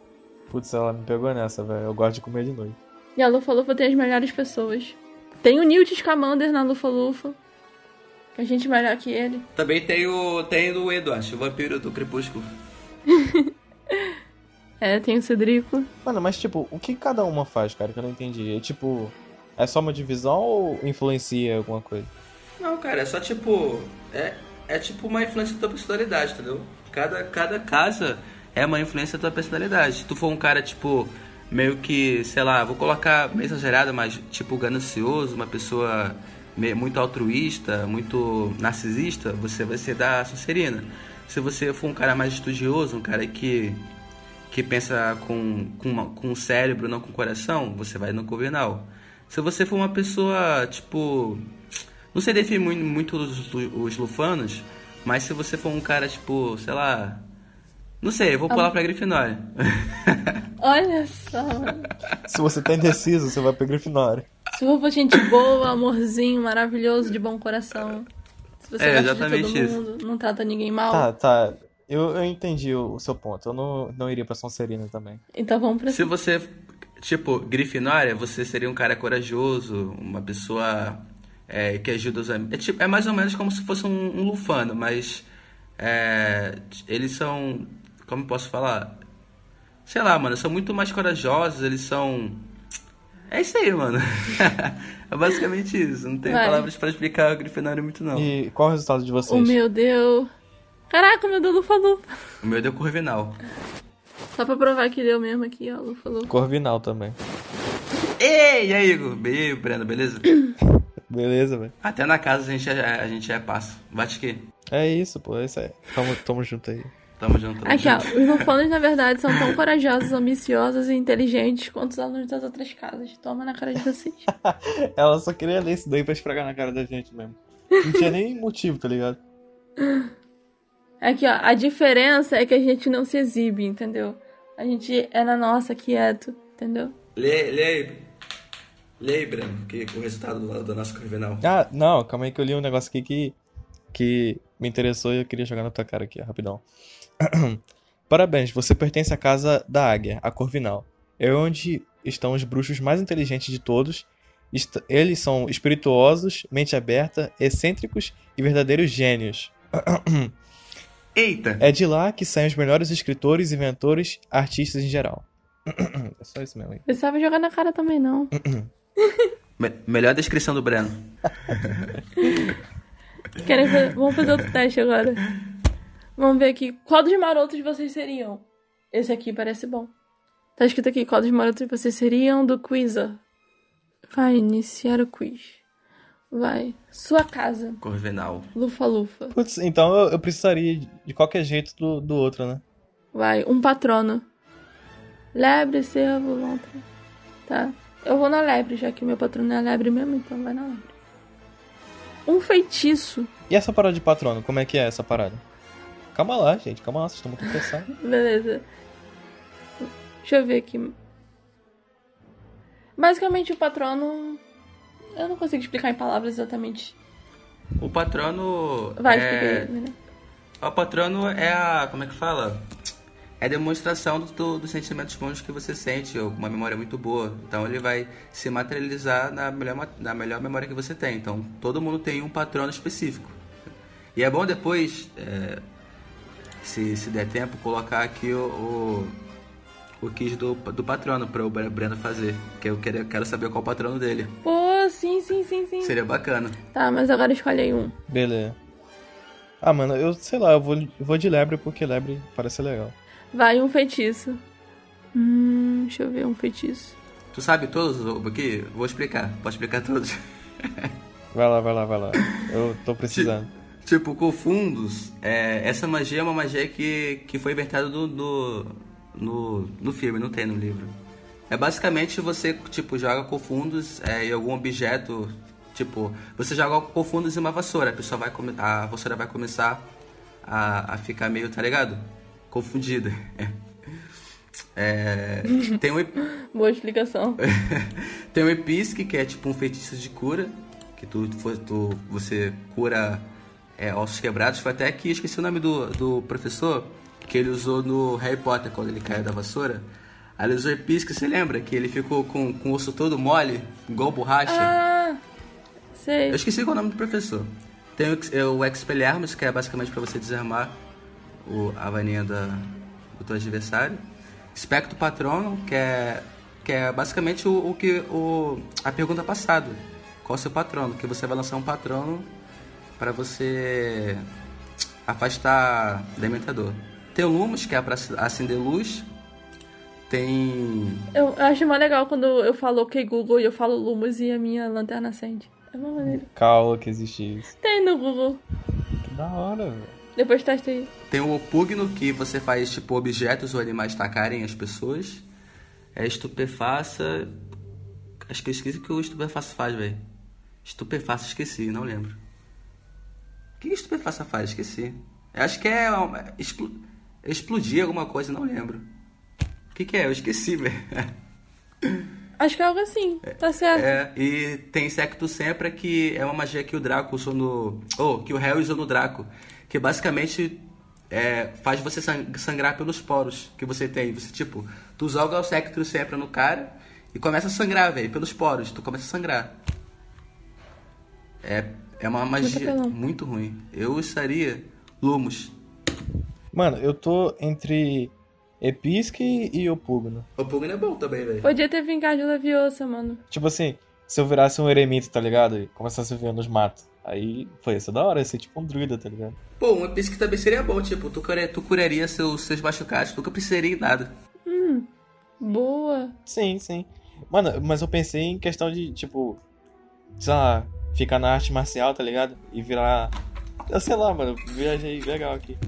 Speaker 2: Putz, ela me pegou nessa, velho. Eu gosto de comer de noite.
Speaker 1: E a Lufa Lufa tem as melhores pessoas. Tem o Newt Scamander na Lufa Lufa. A gente é melhor que ele.
Speaker 3: Também tem o, tem o Eduardo, o vampiro do crepúsculo.
Speaker 1: É, tem o Cedrico.
Speaker 2: Mano, mas, tipo, o que cada uma faz, cara, que eu não entendi. É, tipo, é só uma divisão ou influencia alguma coisa?
Speaker 3: Não, cara, é só tipo. É, é tipo uma influência da tua personalidade, entendeu? Cada, cada casa é uma influência da tua personalidade. Se tu for um cara, tipo, meio que, sei lá, vou colocar meio exagerado, mas tipo ganancioso, uma pessoa me- muito altruísta, muito narcisista, você vai ser da Sonserina. Se você for um cara mais estudioso, um cara que. Que pensa com, com, uma- com o cérebro, não com o coração, você vai no Corvinal. Se você for uma pessoa, tipo, não sei definir mui- muito os, os lufanos, mas se você for um cara, tipo, sei lá. Não sei, eu vou pular pra Grifinória.
Speaker 1: Olha só. mano.
Speaker 2: Se você tá indeciso, você vai pra Grifinória.
Speaker 1: Se for pra gente boa, amorzinho, maravilhoso, de bom coração. Se você
Speaker 3: É,
Speaker 1: gosta
Speaker 3: exatamente
Speaker 1: de todo mundo, não trata ninguém mal.
Speaker 2: Tá, tá. Eu, eu entendi o, o seu ponto. Eu não, não iria pra Sonserina também.
Speaker 1: Então vamos pra
Speaker 3: se você, tipo, Grifinória, você seria um cara corajoso, uma pessoa é, que ajuda os amigos. É, tipo, é mais ou menos como se fosse um, um lufano, mas. é, eles são. Como eu posso falar? Sei lá, mano, são muito mais corajosos, eles são. É isso aí, mano. é basicamente isso. Não tem
Speaker 1: Vai.
Speaker 3: palavras pra explicar o Grifinória muito, não.
Speaker 2: E qual é o resultado de vocês?
Speaker 1: O Oh, meu deu. Caraca, o meu deu Lufa Lufa.
Speaker 3: O meu deu Corvinal.
Speaker 1: Só pra provar que deu mesmo aqui, ó, Lufa Lufa.
Speaker 2: Corvinal também.
Speaker 3: Ei, e aí, Igor? E aí, Breno, beleza?
Speaker 2: Beleza, velho.
Speaker 3: Até na casa a gente é, a gente é passo. Bate aqui.
Speaker 2: É isso, pô. É isso aí. Tamo, tamo junto aí.
Speaker 3: Tamo junto. Tamo
Speaker 1: Aqui, ó.
Speaker 3: junto.
Speaker 1: Os lufanos, na verdade, são tão corajosos, ambiciosos e inteligentes quanto os alunos das outras casas. Toma na cara de vocês.
Speaker 2: Ela só queria ler isso daí pra esfregar na cara da gente mesmo. Não tinha nem motivo, tá ligado?
Speaker 1: Aqui, ó. A diferença é que a gente não se exibe, entendeu? A gente é na nossa, quieto, entendeu?
Speaker 3: Lê, lê aí. Lê aí, Breno, que o resultado do, da nossa corvinal.
Speaker 2: Ah, não, calma aí que eu li um negócio aqui que, que me interessou e eu queria jogar na tua cara aqui, rapidão. Parabéns, você pertence à casa da águia, a Corvinal. É onde estão os bruxos mais inteligentes de todos. Est- Eles são espirituosos, mente aberta, excêntricos e verdadeiros gênios.
Speaker 3: Eita!
Speaker 2: É de lá que saem os melhores escritores, inventores, artistas em geral. É só isso mesmo aí.
Speaker 1: Precisava jogar na cara também, não.
Speaker 3: Me- melhor descrição do Breno.
Speaker 1: Querem fazer... Vamos fazer outro teste agora. Vamos ver aqui. Qual dos marotos vocês seriam? Esse aqui parece bom. Tá escrito aqui. Qual dos marotos vocês seriam do Quizer? Vai iniciar o quiz. Vai. Sua casa.
Speaker 3: Corvinal.
Speaker 1: Lufa-lufa.
Speaker 2: Putz, então eu, eu precisaria de- de qualquer jeito do, do outro, né?
Speaker 1: Vai, um patrono. Lebre, cervo, lontra. Tá. Eu vou na lebre, já que meu patrono é lebre mesmo, então vai na lebre. Um feitiço.
Speaker 2: E essa parada de patrono, como é que é essa parada? Calma lá, gente, calma lá, vocês estão muito apressados.
Speaker 1: Beleza. Deixa eu ver aqui. Basicamente, o patrono. Eu não consigo explicar em palavras exatamente.
Speaker 3: O patrono.
Speaker 1: Vai,
Speaker 3: é...
Speaker 1: explica aí, né?
Speaker 3: O patrono é a. Como é que fala? É a demonstração do- do- dos sentimentos bons que você sente, ou uma memória muito boa. Então ele vai se materializar na melhor, ma- na melhor memória que você tem. Então todo mundo tem um patrono específico. E é bom depois, é, se, se der tempo, colocar aqui o, o, o quiz do, do patrono para o Bre- Breno fazer. Que eu quero, quero saber qual é o patrono dele.
Speaker 1: Pô, sim, sim, sim, sim.
Speaker 3: Seria bacana.
Speaker 1: Tá, mas agora escolhe aí um.
Speaker 2: Beleza. Ah, mano, eu sei lá, eu vou, eu vou de lebre porque lebre parece legal.
Speaker 1: Vai, um feitiço. Hum, deixa eu ver um feitiço.
Speaker 3: Tu sabe todos o- aqui? Vou explicar. Posso explicar todos?
Speaker 2: Vai lá, vai lá, vai lá. Eu tô precisando.
Speaker 3: Tipo, Cofundos, é, essa magia é uma magia que, que foi inventada no, no, no, no filme, não tem no livro. É basicamente você, tipo, joga Cofundos é, em algum objeto, tipo, você joga Cofundos em uma vassoura, a pessoa vai, come- a vassoura vai começar a, a ficar meio, tá ligado? Confundida. É, tem um, ep-
Speaker 1: Boa explicação.
Speaker 3: tem o Episque, que é tipo um feitiço de cura, que tu, tu, tu- você cura é, ossos quebrados. Foi até que esqueci o nome do, do professor que ele usou no Harry Potter quando ele caiu da vassoura. Aí ele usou Episque, você lembra? Que ele ficou com, com o osso todo mole, igual borracha.
Speaker 1: Ah, sei.
Speaker 3: Eu esqueci qual é o nome do professor. Tem o, Ex- é o Expelliarmus, que é basicamente pra você desarmar o, a vaninha da, do teu adversário. Espectro Patrono, que é, que é basicamente o, o que o, a pergunta passada. Qual é o seu patrono? Que você vai lançar um patrono pra você afastar Dementador. Tem o Lumos, que é pra acender luz. Tem
Speaker 1: Eu, eu acho mais legal quando eu falo OK Google e eu falo Lumos e a minha lanterna acende. É uma maneira.
Speaker 2: Calma que existe isso.
Speaker 1: Tem no Google.
Speaker 2: Que da hora, velho.
Speaker 1: Depois testa aí.
Speaker 3: Tem o Opugno, que você faz tipo objetos ou animais tacarem as pessoas. É estupefaça. Acho que eu esqueci o que o estupefaça faz, velho. Estupefaça, esqueci, não lembro. O que estupefaça faz? Esqueci. Eu acho que é. uma- expl- Explodir alguma coisa, não lembro. O que, que é? Eu esqueci, velho.
Speaker 1: Acho que é algo assim. Tá certo.
Speaker 3: É, e tem Secto Sempra, que é uma magia que o Draco usou no. Ou que o Harry usou no Draco. Que basicamente é, faz você sang- sangrar pelos poros que você tem. Você, tipo, tu joga o Secto Sempra no cara e começa a sangrar, velho, pelos poros. Tu começa a sangrar. É, é uma magia
Speaker 1: apelão.
Speaker 3: muito ruim. Eu usaria Lumos.
Speaker 2: Mano, eu tô entre Episque e Opugno.
Speaker 3: O Pugno é bom também, velho.
Speaker 1: Podia ter vingado o Leviosa, mano.
Speaker 2: Tipo assim, se eu virasse um eremita, tá ligado? E começasse a viver nos matos. Aí foi isso da hora, ia ser tipo um druida, tá ligado?
Speaker 3: Pô, um que também seria bom, tipo, tu, cura- tu curaria seus, seus machucados, tu nunca precisaria em nada.
Speaker 1: Boa.
Speaker 2: Sim, sim. Mano, mas eu pensei em questão de, tipo, sei lá, ficar na arte marcial, tá ligado? E virar. Eu sei lá, mano, viajei legal aqui.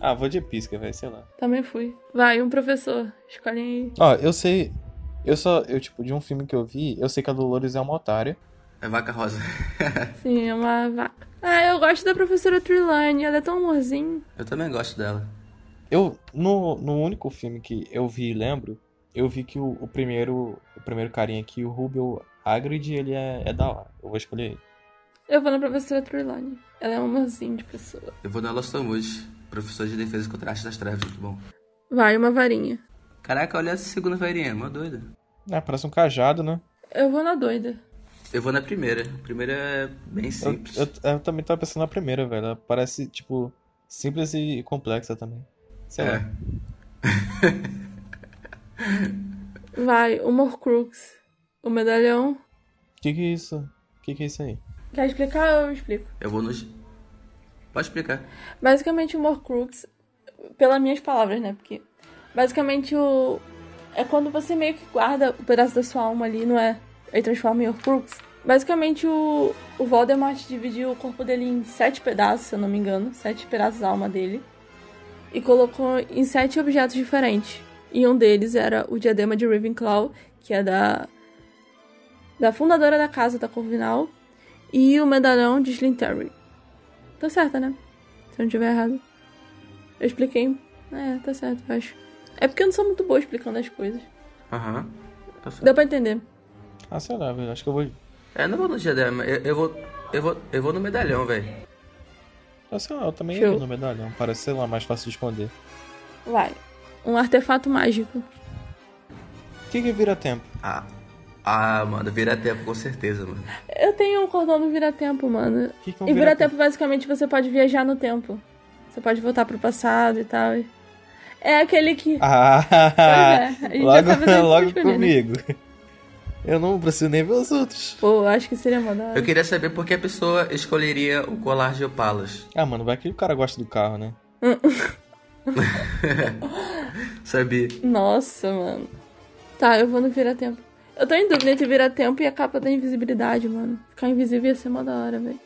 Speaker 2: ah, vou de pisca, velho, sei lá.
Speaker 1: Também fui. Vai, um professor. Escolhem aí.
Speaker 2: Ó, eu sei. Eu só. Eu, tipo, de um filme que eu vi, eu sei que a Dolores é uma otária.
Speaker 3: É vaca rosa.
Speaker 1: Sim, é uma vaca. Ah, eu gosto da professora Trelawney, ela é tão amorzinho.
Speaker 3: Eu também gosto dela.
Speaker 2: Eu, no, no único filme que eu vi e lembro, eu vi que o, o primeiro o primeiro carinha aqui, o Rubio Hagrid, ele é, é da hora. Eu vou escolher ele.
Speaker 1: Eu vou na professora Trelawney, ela é um amorzinho de pessoa.
Speaker 3: Eu vou na Lostamud, professor de defesa contra a arte das trevas, muito bom.
Speaker 1: Vai, uma varinha.
Speaker 3: Caraca, olha essa segunda varinha, mó doida.
Speaker 2: Ah, parece um cajado, né?
Speaker 1: Eu vou na doida.
Speaker 3: Eu vou na primeira. A primeira é bem
Speaker 2: Eu,
Speaker 3: simples.
Speaker 2: eu, eu também tava pensando na primeira, velho. Ela parece, tipo, simples e complexa também. Sei
Speaker 3: É.
Speaker 2: lá.
Speaker 1: Vai, o Morcrux, o medalhão.
Speaker 2: Que que é isso? Que que é isso aí?
Speaker 1: Quer explicar? Eu explico.
Speaker 3: Eu vou nos. Pode explicar.
Speaker 1: Basicamente, o Morcrux, pelas minhas palavras, né? Porque basicamente o. É quando você meio que guarda o pedaço da sua alma ali, não é? Aí transforma em Horcrux. Basicamente, o, o Voldemort dividiu o corpo dele em sete pedaços, se eu não me engano. Sete pedaços da alma dele. E colocou em sete objetos diferentes. E um deles era o diadema de Ravenclaw, que é da. da fundadora da casa da Corvinal. E o medalhão de Slytherin. Tô certa, né? Se eu não tiver errado. Eu expliquei. É, tá certo, eu acho. É porque eu não sou muito boa explicando as coisas.
Speaker 3: Aham. Tá certo.
Speaker 1: Deu pra entender.
Speaker 2: Ah, sei lá, velho. Acho que eu vou.
Speaker 3: É, não vou no diadema. Eu, eu vou. Eu vou. Eu vou no medalhão, velho.
Speaker 2: Ah, sei lá, eu também
Speaker 1: Show.
Speaker 2: ia no medalhão. Parece, sei lá, mais fácil de esconder.
Speaker 1: Vai. Um artefato mágico.
Speaker 2: Que que vira tempo?
Speaker 3: Ah. Ah, mano, vira tempo com certeza, mano.
Speaker 1: Eu tenho um cordão do vira-tempo, mano.
Speaker 2: Que que é um
Speaker 1: E
Speaker 2: vira-tempo?
Speaker 1: vira-tempo, basicamente, você pode viajar no tempo. Você pode voltar pro passado e tal. É aquele que.
Speaker 2: Ah,
Speaker 1: Pois é, a gente já
Speaker 2: logo,
Speaker 1: sabe onde
Speaker 2: logo
Speaker 1: escolher, né?
Speaker 2: comigo. Eu não preciso nem ver os outros.
Speaker 1: Pô, eu acho que seria mó da hora.
Speaker 3: Eu queria saber por que a pessoa escolheria o colar de opalas.
Speaker 2: Ah, mano, vai que o cara gosta do carro, né?
Speaker 3: Sabia?
Speaker 1: Nossa, mano. Tá, eu vou no vira-tempo. Eu tô em dúvida entre vira-tempo e a capa da invisibilidade, mano. Ficar invisível ia ser mó da hora, velho.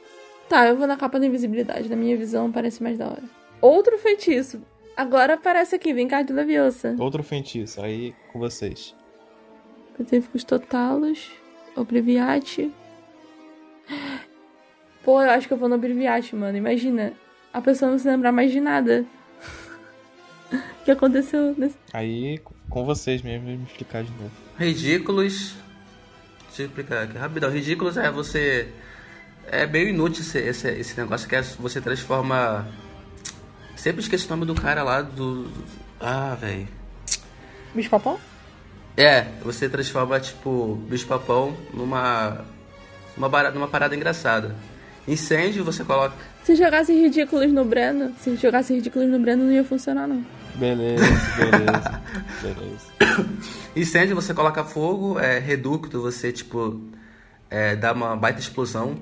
Speaker 1: Tá, eu vou na capa da invisibilidade. Na minha visão, parece mais da hora. Outro feitiço. Agora aparece aqui, Vingarde Leviosa.
Speaker 2: Outro feitiço, aí com vocês.
Speaker 1: Petríficos totalos. Obliviate. Pô, eu acho que eu vou no Obliviate, mano. Imagina. A pessoa não se lembrar mais de nada. O que aconteceu nesse...
Speaker 2: Aí com vocês mesmo, me explicar de novo.
Speaker 3: Ridículos. Deixa eu explicar aqui rapidão. Ridículos é você. É meio inútil esse, esse, esse negócio que é você transforma. Sempre esqueço o nome do cara lá do. Ah, velho.
Speaker 1: Bicho papão?
Speaker 3: É, você transforma, tipo, bicho-papão numa. Numa, bara- numa parada engraçada. Incêndio, você coloca.
Speaker 1: Se jogasse ridículos no Breno, se jogasse ridículos no Breno, não ia funcionar, não.
Speaker 2: Beleza, beleza, beleza.
Speaker 3: Incêndio, você coloca fogo, é reducto, você, tipo, é, dá uma baita explosão.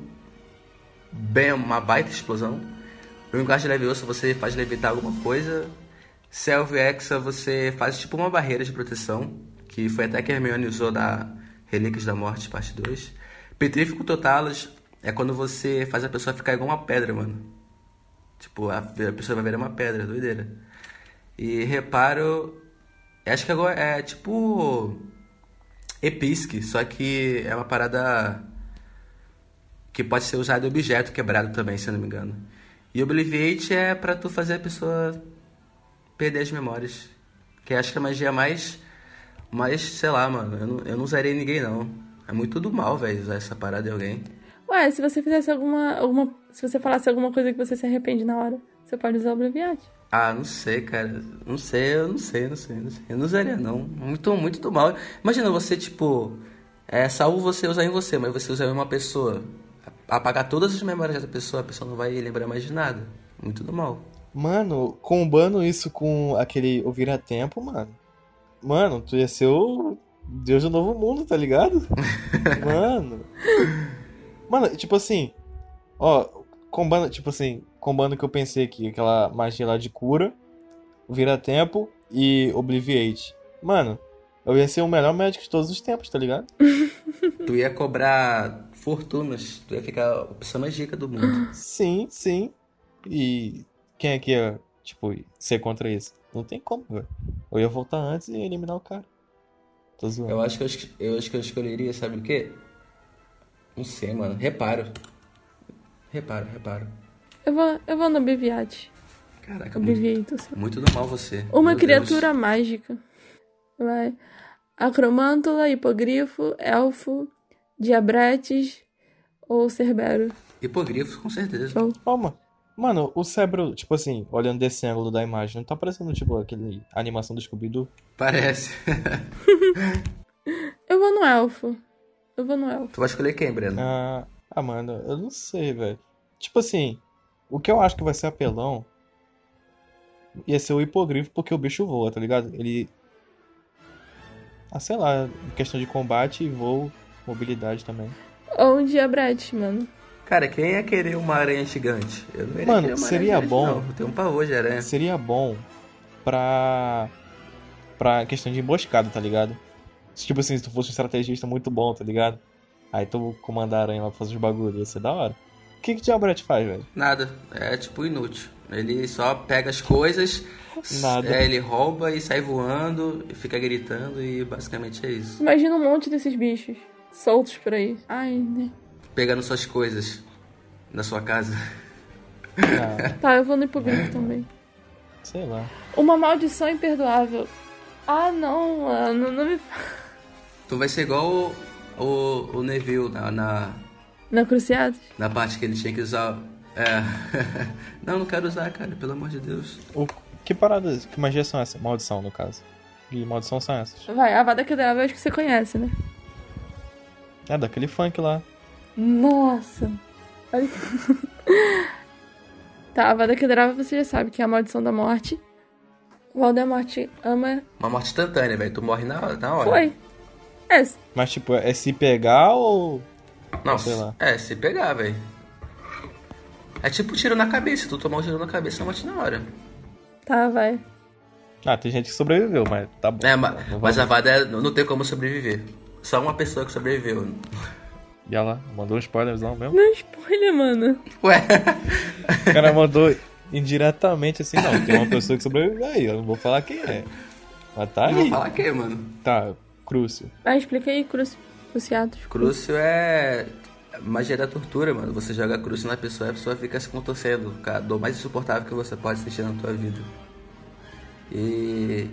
Speaker 3: Bem, uma baita explosão. Um No encaixe levioso, você faz levitar alguma coisa. Selve Exa, você faz, tipo, uma barreira de proteção, que foi até que Hermione usou na Relíquias da Morte, parte 2. Petrífico Totalos é quando você faz a pessoa ficar igual uma pedra, mano. Tipo, a, a pessoa vai ver uma pedra, doideira. E reparo. Acho que agora é tipo. Episque, só que é uma parada. Que pode ser usada em objeto quebrado também, se eu não me engano. E Obliviate é pra tu fazer a pessoa perder as memórias. Que acho que a magia é mais. Mais, sei lá, mano. Eu não, eu não usaria em ninguém, não. É muito do mal, velho, usar essa parada em alguém.
Speaker 1: Ué, se você fizesse alguma, alguma. Se você falasse alguma coisa que você se arrepende na hora, você pode usar o abreviate.
Speaker 3: Ah, não sei, cara. Não sei, eu não sei, não sei, não sei. Eu não usaria, não. Muito, muito do mal. Imagina você, tipo, é, salvo você usar em você, mas você usar em uma pessoa. Apagar todas as memórias da pessoa, a pessoa não vai lembrar mais de nada. Muito do mal.
Speaker 2: Mano, combando isso com aquele o vira-tempo, mano. Mano, tu ia ser o Deus do Novo Mundo, tá ligado? Mano. Mano, tipo assim, ó, combando, tipo assim, combando o que eu pensei aqui, aquela magia lá de cura, o vira-tempo e Obliviate. Mano, eu ia ser o melhor médico de todos os tempos, tá ligado?
Speaker 3: Tu ia cobrar fortunas, tu ia ficar a pessoa mais rica do mundo.
Speaker 2: Sim, sim. E quem é que ia, tipo, ser contra isso? Não tem como, velho. Eu ia voltar antes e ia eliminar o cara. Tô zoando.
Speaker 3: Eu acho que eu, es- eu acho que eu escolheria, sabe o quê? Não sei, mano. Reparo. Reparo, reparo.
Speaker 1: Eu vou, eu vou no Biviate.
Speaker 3: Caraca, muito,
Speaker 1: Obviate, assim.
Speaker 3: muito do mal você.
Speaker 1: Uma
Speaker 3: Meu Deus.
Speaker 1: criatura mágica. Vai. Acromântula, hipogrifo, elfo, diabretes ou cerbero.
Speaker 3: Hipogrifo, com certeza.
Speaker 1: Show.
Speaker 2: Calma. Mano, o cérebro, tipo assim, olhando desse ângulo da imagem, não tá parecendo, tipo, aquele a animação do Scooby-Doo?
Speaker 3: Parece.
Speaker 1: Eu vou no elfo. Eu vou no elfo.
Speaker 3: tu vai escolher quem, Breno?
Speaker 2: Ah, ah, mano, eu não sei, velho. Tipo assim, o que eu acho que vai ser apelão ia ser o hipogrifo, porque o bicho voa, tá ligado? Ele. Ah, sei lá, em questão de combate e voo, mobilidade também.
Speaker 1: Ou um diabrete, mano.
Speaker 3: Cara, quem ia querer uma aranha gigante? Eu não iria
Speaker 2: Ah. Mano,
Speaker 3: querer uma
Speaker 2: seria
Speaker 3: aranha gigante,
Speaker 2: bom.
Speaker 3: Não. Eu tenho um pavor de aranha.
Speaker 2: Seria bom pra. pra questão de emboscada, tá ligado? Se, Tipo assim, se tu fosse um estrategista muito bom, tá ligado? Aí tu comandar a aranha lá pra fazer os bagulhos, ia ser da hora. O que que o Diabrete faz, velho?
Speaker 3: Nada. É tipo inútil. Ele só pega as coisas, s-
Speaker 2: Nada.
Speaker 3: é, ele rouba e sai voando, e fica gritando e basicamente é isso.
Speaker 1: Imagina um monte desses bichos soltos por aí. Ai, né?
Speaker 3: Pegando suas coisas na sua casa.
Speaker 2: Ah,
Speaker 1: Tá, eu vou no
Speaker 3: É.
Speaker 1: hipogrifo também.
Speaker 2: sei lá.
Speaker 1: Uma maldição imperdoável. Ah, não, mano. Não me...
Speaker 3: Tu vai ser igual o, o, o Neville na, na,
Speaker 1: Na cruciada?
Speaker 3: na parte que ele tinha que usar. É. não, não quero usar, cara, pelo amor de Deus.
Speaker 2: O, que paradas, que magias são essas? Maldição, no caso. Que maldição são essas?
Speaker 1: Vai, a Vada Kedavra eu acho que você conhece, né?
Speaker 2: É daquele funk lá.
Speaker 1: Nossa! Olha que- tá, a Vada Kedavra você já sabe que é a maldição da morte. Voldemort ama...
Speaker 3: Uma morte instantânea, velho. Tu morre na, na hora.
Speaker 1: Foi. É,
Speaker 2: Mas, tipo, é se pegar ou.
Speaker 3: Não,
Speaker 2: Sei lá.
Speaker 3: é, se pegar, velho. É tipo tiro na cabeça. Tu tomar um tiro na cabeça, morte na hora.
Speaker 1: tá, vai.
Speaker 2: Ah, tem gente que sobreviveu, mas tá bom.
Speaker 3: É,
Speaker 2: Tá
Speaker 3: ma-
Speaker 2: bom,
Speaker 3: mas,
Speaker 2: vamos-
Speaker 3: a vada é- não tem como sobreviver. Só uma pessoa que sobreviveu.
Speaker 2: E olha lá, mandou um spoilerzão mesmo.
Speaker 1: Não é spoiler, mano.
Speaker 3: Ué,
Speaker 2: O cara mandou indiretamente assim, não. Tem uma pessoa que sobreviveu aí, eu não vou falar quem é. Mas tá
Speaker 3: vou
Speaker 2: aí.
Speaker 3: falar que, mano.
Speaker 2: Tá, Crucio.
Speaker 1: Vai, explica aí, cruci... cruciados.
Speaker 3: Crucio é magia da tortura, mano. Você joga crucio na pessoa e a pessoa fica se contorcendo. A dor mais insuportável que você pode sentir na tua vida. E.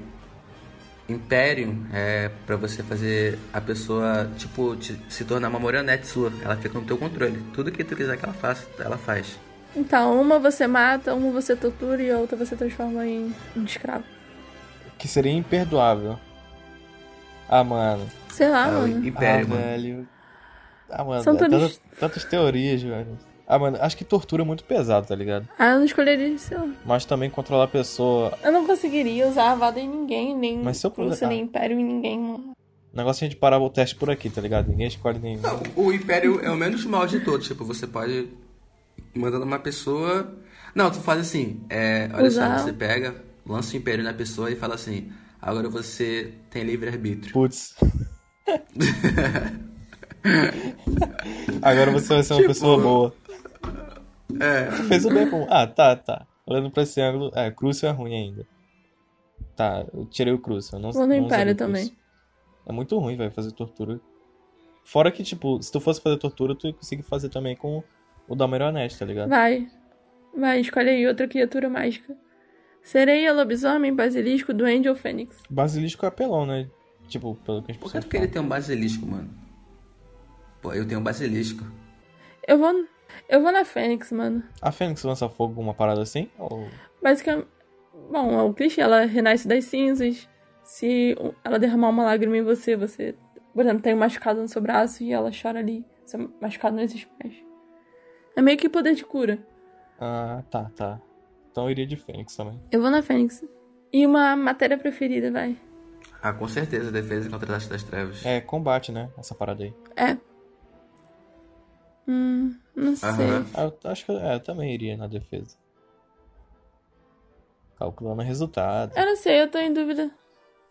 Speaker 3: Imperium é pra você fazer a pessoa, tipo, te- se tornar uma marionete sua. Ela fica no teu controle. Tudo que tu quiser que ela faça, ela faz.
Speaker 1: Então, uma você mata, uma você tortura e a outra você transforma em um escravo.
Speaker 2: Que seria imperdoável. Ah, mano.
Speaker 1: Sei lá,
Speaker 3: É o
Speaker 1: mano.
Speaker 2: ah,
Speaker 3: Império, mano.
Speaker 2: velho. Ah, mano,
Speaker 1: São
Speaker 2: é tanta-
Speaker 1: todos-
Speaker 2: tantas teorias, velho. Ah, mano, acho que tortura é muito pesado, tá ligado?
Speaker 1: Ah, eu não escolheria, sei lá.
Speaker 2: Mas também controlar a pessoa
Speaker 1: Eu não conseguiria usar a Vada em ninguém, nem
Speaker 2: Mas se eu
Speaker 1: Crucio,
Speaker 2: colocar-
Speaker 1: nem Império em ninguém, mano.
Speaker 2: O negócio é a gente parar o teste por aqui, tá ligado? Ninguém escolhe nenhum.
Speaker 3: Não, o Império é o menos mal de todos. Tipo, você pode mandando uma pessoa. Não, tu faz assim. é, olha
Speaker 1: Usar.
Speaker 3: só, você pega, lança o Império na pessoa e fala assim: agora você tem livre-arbítrio.
Speaker 2: Putz. Agora você vai ser uma pessoa boa.
Speaker 3: Tipo, É,
Speaker 2: Fez o bem bom. Ah, tá, tá. Olhando pra esse ângulo. É, Crucio é ruim ainda. Tá, eu tirei o Crucio. eu Não,
Speaker 1: Vou no
Speaker 2: não
Speaker 1: Império
Speaker 2: usaria o Crucio.
Speaker 1: também.
Speaker 2: É muito ruim, velho, fazer tortura. Fora que, tipo, se tu fosse fazer tortura, tu ia conseguir fazer também com o da marionete, tá ligado?
Speaker 1: Vai. Vai, escolhe aí outra criatura mágica. Sereia, lobisomem, basilisco, duende ou fênix.
Speaker 2: Basilisco é apelão, né? Tipo, pelo que a gente
Speaker 3: por que tu queria ter um basilisco, mano? Pô, eu tenho um basilisco.
Speaker 1: Eu vou, eu vou na fênix, mano.
Speaker 2: A Fênix lança fogo, uma parada assim? Ou...
Speaker 1: Basicamente, bom, é o clichê, ela renasce das cinzas. Se o- ela derramar uma lágrima em você, você, por exemplo, tem um machucado no seu braço e ela chora ali. Seu machucado não existe mais. É meio que poder de cura.
Speaker 2: Ah, tá, tá. Então eu iria de Fênix também.
Speaker 1: Eu vou na fênix. E uma matéria preferida, vai.
Speaker 3: Ah, com certeza, defesa contra as artes das trevas.
Speaker 2: É combate, né? Essa parada aí.
Speaker 1: É. Hum, não sei.
Speaker 3: Aham.
Speaker 2: Ah, Eu acho que eu, é, eu também iria na defesa. Calculando o resultado.
Speaker 1: Eu não sei, eu tô em dúvida.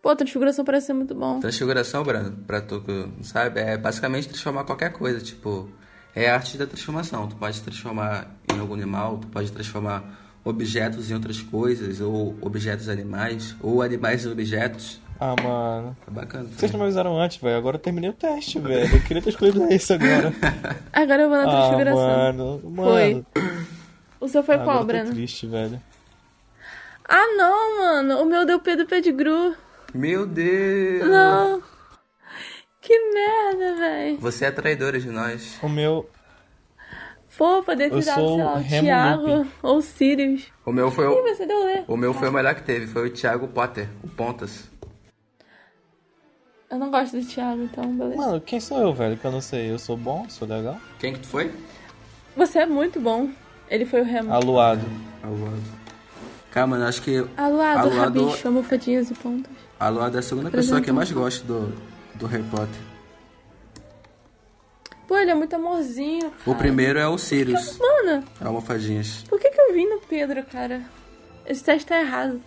Speaker 1: Pô, transfiguração parece ser muito bom.
Speaker 3: Então, Transfiguração, Brando, pra tu que não sabe, é basicamente transformar qualquer coisa, tipo, é a arte da transformação. Tu pode transformar em algum animal, tu pode transformar objetos em outras coisas, ou objetos em animais, ou animais em objetos.
Speaker 2: Ah, mano.
Speaker 3: Tá bacana.
Speaker 2: Vocês não me
Speaker 3: filme.
Speaker 2: avisaram antes, velho. Agora eu terminei o teste, velho. Eu queria ter escolhido esse agora.
Speaker 1: Agora eu vou na
Speaker 2: Ah,
Speaker 1: transfiguração.
Speaker 2: mano.
Speaker 1: Foi.
Speaker 2: Mano.
Speaker 1: O seu foi
Speaker 2: agora eu
Speaker 1: qual,
Speaker 2: tô
Speaker 1: Breno?
Speaker 2: triste, velho.
Speaker 1: Ah, não, mano. O meu deu Pedro Pedigru.
Speaker 3: Meu Deus!
Speaker 1: Não. Que merda, véi.
Speaker 3: Você é traidora de nós.
Speaker 2: O meu...
Speaker 1: Pô, poder
Speaker 2: Eu
Speaker 1: ter dado,
Speaker 2: sou
Speaker 1: sei lá,
Speaker 2: o
Speaker 1: o
Speaker 2: Remo
Speaker 1: Thiago ou o Sirius.
Speaker 3: O meu foi
Speaker 1: Ih,
Speaker 3: o,
Speaker 1: você deu ler.
Speaker 3: o meu foi o melhor que teve, foi o Thiago Potter, o Pontas.
Speaker 1: Eu não gosto do Thiago, então, beleza.
Speaker 2: Mano, quem sou eu, velho? Que eu não sei. Eu sou bom? Sou legal?
Speaker 3: Quem que tu foi?
Speaker 1: Você é muito bom. Ele foi o Remo.
Speaker 2: Aluado.
Speaker 3: Aluado. Cara, mano, eu acho que
Speaker 1: Aluado,
Speaker 3: Aluado-
Speaker 1: rabicho, homofodias e pontos.
Speaker 3: Aluado é a segunda pessoa que eu mais gosto do, do Harry Potter.
Speaker 1: Pô, ele é muito amorzinho. Cara.
Speaker 3: O primeiro é o Sirius,
Speaker 1: Mano,
Speaker 3: é o Almofadinhas.
Speaker 1: por que, que eu vim no Pedro, cara? Esse teste tá errado.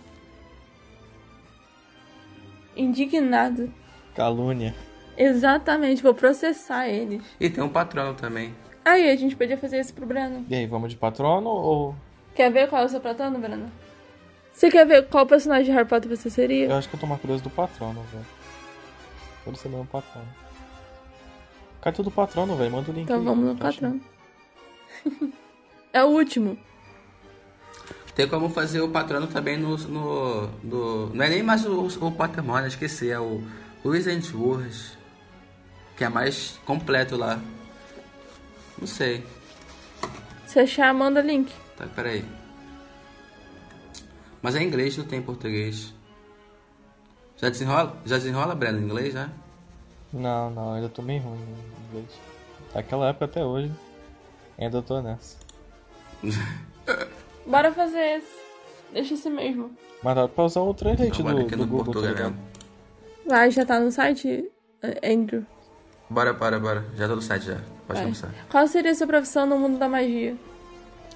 Speaker 1: Indignado.
Speaker 2: Calúnia.
Speaker 1: Exatamente, vou processar eles.
Speaker 3: E tem um patrono também.
Speaker 1: Aí, a gente podia fazer isso pro Breno.
Speaker 2: E aí, vamos de patrono ou...
Speaker 1: Quer ver qual é o seu patrono, Breno? Você quer ver qual personagem de Harry Potter você
Speaker 2: Eu
Speaker 1: seria?
Speaker 2: acho que eu tô mais curioso do patrono, velho. Quero saber o patrono. Cai tudo patrono, velho. Manda o link
Speaker 1: Então
Speaker 2: aí,
Speaker 1: vamos no
Speaker 2: eu acho.
Speaker 1: patrono. é o último.
Speaker 3: Tem como fazer o patrono também no. no, no- não é nem mais o, o Pottermore, né? esqueci, é o Luiz Words, que é mais completo lá. Não sei.
Speaker 1: Se achar, manda link.
Speaker 3: Tá, peraí. Mas é em inglês, não tem em português. Já desenrola, já desenrola Breno, em inglês, né?
Speaker 2: Não, não, ainda tô meio ruim em inglês. Daquela época até hoje, ainda tô nessa.
Speaker 1: Bora fazer esse. Deixa esse mesmo.
Speaker 2: Mas dá pra usar o translate do,
Speaker 3: Trabalha Então, aqui
Speaker 2: do
Speaker 3: no
Speaker 2: Google, tá
Speaker 3: Portugal.
Speaker 2: ligado?
Speaker 1: Vai, já tá no site, eh, Andrew?
Speaker 3: Bora, bora, bora. Já tô no site já. Pode
Speaker 1: Vai.
Speaker 3: começar.
Speaker 1: Qual seria a sua profissão no mundo da magia?
Speaker 3: né?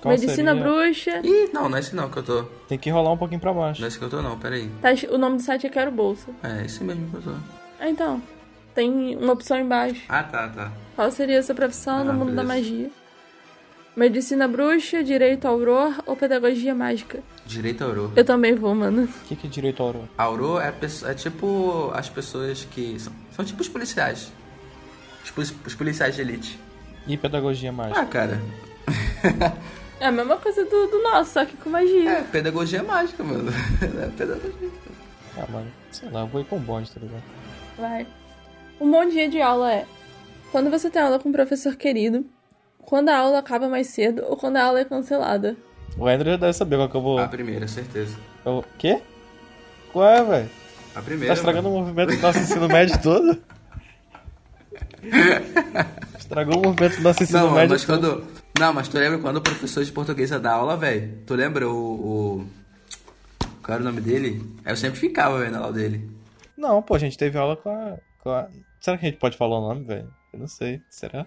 Speaker 2: Qual
Speaker 1: Medicina
Speaker 2: seria?
Speaker 1: bruxa.
Speaker 3: Ih, não, não é esse não que eu tô.
Speaker 2: Tem que rolar um pouquinho pra baixo.
Speaker 3: Não é esse que eu tô não, peraí.
Speaker 1: Tá es- o nome do site é Quero Bolsa.
Speaker 3: É esse mesmo que eu tô.
Speaker 1: Ah, então. Tem uma opção embaixo.
Speaker 3: Ah, tá, tá.
Speaker 1: Qual seria a sua profissão no
Speaker 3: Ah,
Speaker 1: mundo da
Speaker 3: beleza.
Speaker 1: magia? Medicina bruxa, direito ao auror ou pedagogia mágica?
Speaker 3: Direito Aurora.
Speaker 1: Eu também vou, mano.
Speaker 2: O que, que é direito ao ouro?
Speaker 3: Auro é, pesso- é tipo as pessoas que. São, são tipo os policiais. Tipo Os, poli- os policiais de elite.
Speaker 2: E pedagogia mágica?
Speaker 3: Ah, cara.
Speaker 1: É a mesma coisa do, do nosso, só que com magia.
Speaker 3: É, pedagogia mágica, mano. É pedagogia.
Speaker 2: Ah, mano, sei lá, eu vou ir com o bonde, tá ligado?
Speaker 1: Vai. Um bom dia de aula é quando você tem aula com um professor querido, quando a aula acaba mais cedo ou quando a aula é cancelada.
Speaker 2: O Andrew já deve saber qual que eu vou.
Speaker 3: A primeira, certeza.
Speaker 2: Eu... Quê? Qual é, velho?
Speaker 3: A
Speaker 2: Tá
Speaker 3: primeira.
Speaker 2: estragando o movimento do nosso ensino médio todo? Estragou o movimento do nosso ensino
Speaker 3: Não, mano,
Speaker 2: médio
Speaker 3: mas
Speaker 2: todo.
Speaker 3: quando. Não, mas tu lembra quando o professor de português ia dar aula, velho? Tu lembra o, o. Qual era o nome dele? Aí Eu sempre ficava, velho, na aula dele.
Speaker 2: Não, pô, a gente teve aula com a. com a- Será que a gente pode falar o nome, velho? Eu não sei. Será?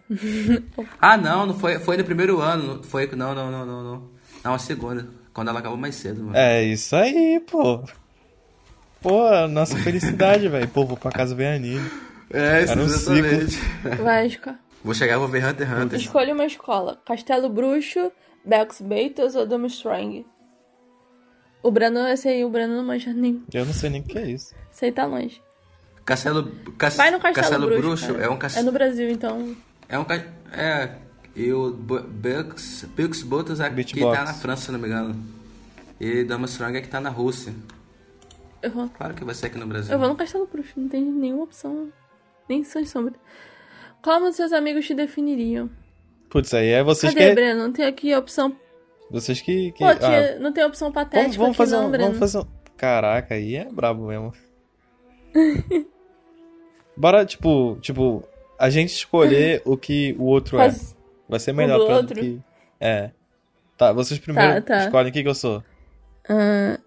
Speaker 3: Ah, não, não foi, foi no primeiro ano. não Foi. Não, não, não, não, não. Não, a segunda. Quando ela acabou mais cedo, mano.
Speaker 2: É isso aí, pô. Pô, nossa felicidade, velho. Pô, vou pra casa ver anime.
Speaker 3: É,
Speaker 2: Era um exatamente.
Speaker 1: Vai, Esco-
Speaker 3: Vou chegar e vou ver Hunter x Hunter.
Speaker 1: escolha uma escola: Castelo Bruxo, Belks Beitas ou Durmstrang. O Breno, esse aí, o Breno não manja nem.
Speaker 2: Eu não sei nem o que é isso.
Speaker 1: Isso aí tá longe.
Speaker 3: Castelo, Cas-
Speaker 1: Vai no Castelo, Bruxo. cara.
Speaker 3: é um
Speaker 1: É
Speaker 3: castelo.
Speaker 1: no Brasil, então.
Speaker 3: É um ca- é e o Bu- Bux Bux Botas aqui
Speaker 2: Beatbox.
Speaker 3: tá na França, se não me engano. E Durmstrang é que tá na Rússia.
Speaker 1: Eu vou,
Speaker 3: Claro que vai ser aqui no Brasil.
Speaker 1: eu vou no Castelo Bruxo, não tem nenhuma opção. Nem são sombra. Como seus amigos te definiriam?
Speaker 2: Putz, aí é vocês
Speaker 1: Cadê,
Speaker 2: que.
Speaker 1: Breno? Não tem aqui a opção.
Speaker 2: Vocês que. que...
Speaker 1: Pô,
Speaker 2: ah,
Speaker 1: tia, não tem opção patética
Speaker 2: vamos, vamos
Speaker 1: aqui
Speaker 2: fazer
Speaker 1: não,
Speaker 2: um.
Speaker 1: Breno.
Speaker 2: Vamos fazer um. Caraca, aí é brabo mesmo. Bora, tipo, tipo, a gente escolher o que o outro é.
Speaker 1: Faz-
Speaker 2: Vai ser melhor
Speaker 1: do
Speaker 2: pra
Speaker 1: outro?
Speaker 2: que. É. Tá, vocês primeiro
Speaker 1: tá.
Speaker 2: escolhem o que, que eu sou.
Speaker 1: Ah,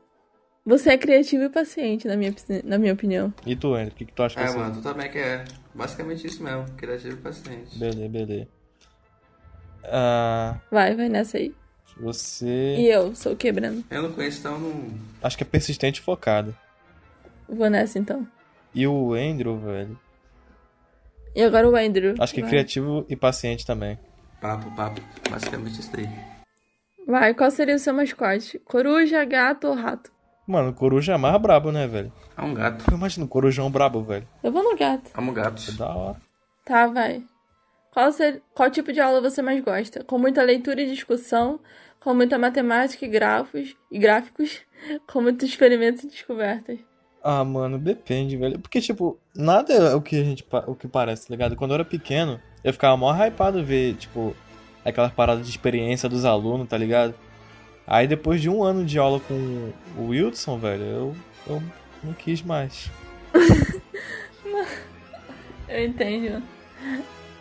Speaker 1: você é criativo e paciente, na minha, na minha opinião.
Speaker 2: E tu, André, o que, que tu acha que eu
Speaker 3: É,
Speaker 2: sou?
Speaker 3: mano, tu também que é basicamente isso mesmo, criativo e paciente.
Speaker 2: Beleza, beleza. Ah,
Speaker 1: Vai, vai nessa aí.
Speaker 2: você.
Speaker 1: E eu, sou quebrando.
Speaker 3: Eu não conheço, então não.
Speaker 2: Acho que é persistente e focado.
Speaker 1: Vou nessa então.
Speaker 2: E o Andrew, velho.
Speaker 1: E agora o Andrew.
Speaker 2: Acho que é
Speaker 1: vai.
Speaker 2: criativo e paciente também.
Speaker 3: Papo, papo. Basicamente isso daí.
Speaker 1: Vai, qual seria o seu mascote? Coruja, gato ou rato?
Speaker 2: Mano, o coruja é mais brabo, né, velho?
Speaker 3: É um gato.
Speaker 2: Eu imagino o corujão brabo, velho.
Speaker 1: Eu vou no gato.
Speaker 3: Amo
Speaker 2: É
Speaker 3: gatos.
Speaker 2: da hora.
Speaker 1: Tá, vai. Qual, ser- qual tipo de aula você mais gosta? Com muita leitura e discussão, com muita matemática e grafos e gráficos, com muitos experimentos e descobertas.
Speaker 2: Ah, mano, depende, velho. Porque, tipo, nada é o que a gente, pa- o que parece, tá ligado? Quando eu era pequeno, eu ficava mó hypado ver, tipo, aquelas paradas de experiência dos alunos, tá ligado? Aí depois de um ano de aula com o Wilson, velho, eu, eu não quis mais.
Speaker 1: Eu entendo.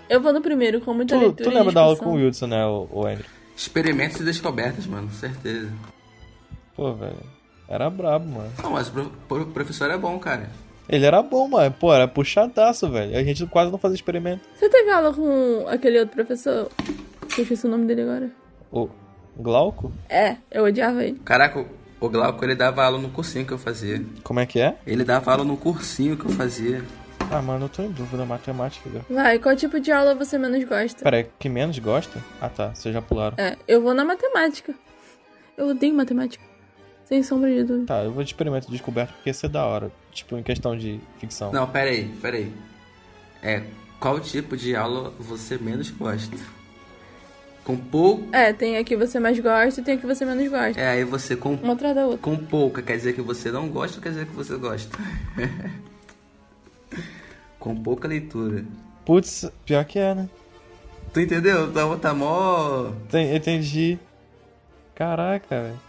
Speaker 1: Eu vou no primeiro, com muita
Speaker 2: Tu,
Speaker 1: leitura
Speaker 2: tu
Speaker 1: e
Speaker 2: lembra da aula com o
Speaker 1: discussão.
Speaker 2: Wilson, né, o, o Andrew?
Speaker 3: Experimentos e descobertas, mano, certeza.
Speaker 2: Pô, velho, era brabo, mano.
Speaker 3: Não, mas o pro- pro- professor é bom, cara.
Speaker 2: Ele era bom, mano. Pô, era puxadaço, velho. A gente quase não fazia experimento.
Speaker 1: Você teve aula com aquele outro professor? Eu esqueci o nome dele agora.
Speaker 2: O Glauco?
Speaker 1: É, eu odiava ele.
Speaker 3: Caraca, o- o Glauco, ele dava aula no cursinho que eu fazia.
Speaker 2: Como é que é?
Speaker 3: Ele dava aula no cursinho que eu fazia.
Speaker 2: Ah, mano, eu tô em dúvida. Matemática, velho.
Speaker 1: Vai, qual tipo de aula você menos gosta?
Speaker 2: Pera, aí, que menos gosta? Ah, tá. Vocês já pularam.
Speaker 1: É, eu vou na matemática. Eu odeio matemática. Sem sombra de dúvida.
Speaker 2: Tá, eu vou de experimento descoberto porque ia ser da hora. Tipo, em questão de ficção.
Speaker 3: Não, peraí, peraí. É, qual tipo de aula você menos gosta? Com pouco.
Speaker 1: É, tem a que você mais gosta e tem a que você menos gosta.
Speaker 3: É, aí você com,
Speaker 1: Uma atrás da outra.
Speaker 3: com pouca quer dizer que você não gosta ou quer dizer que você gosta? com pouca leitura.
Speaker 2: Putz, pior que é, né?
Speaker 3: Tu entendeu? Tá, tá mó.
Speaker 2: Tem- Entendi. Caraca, velho.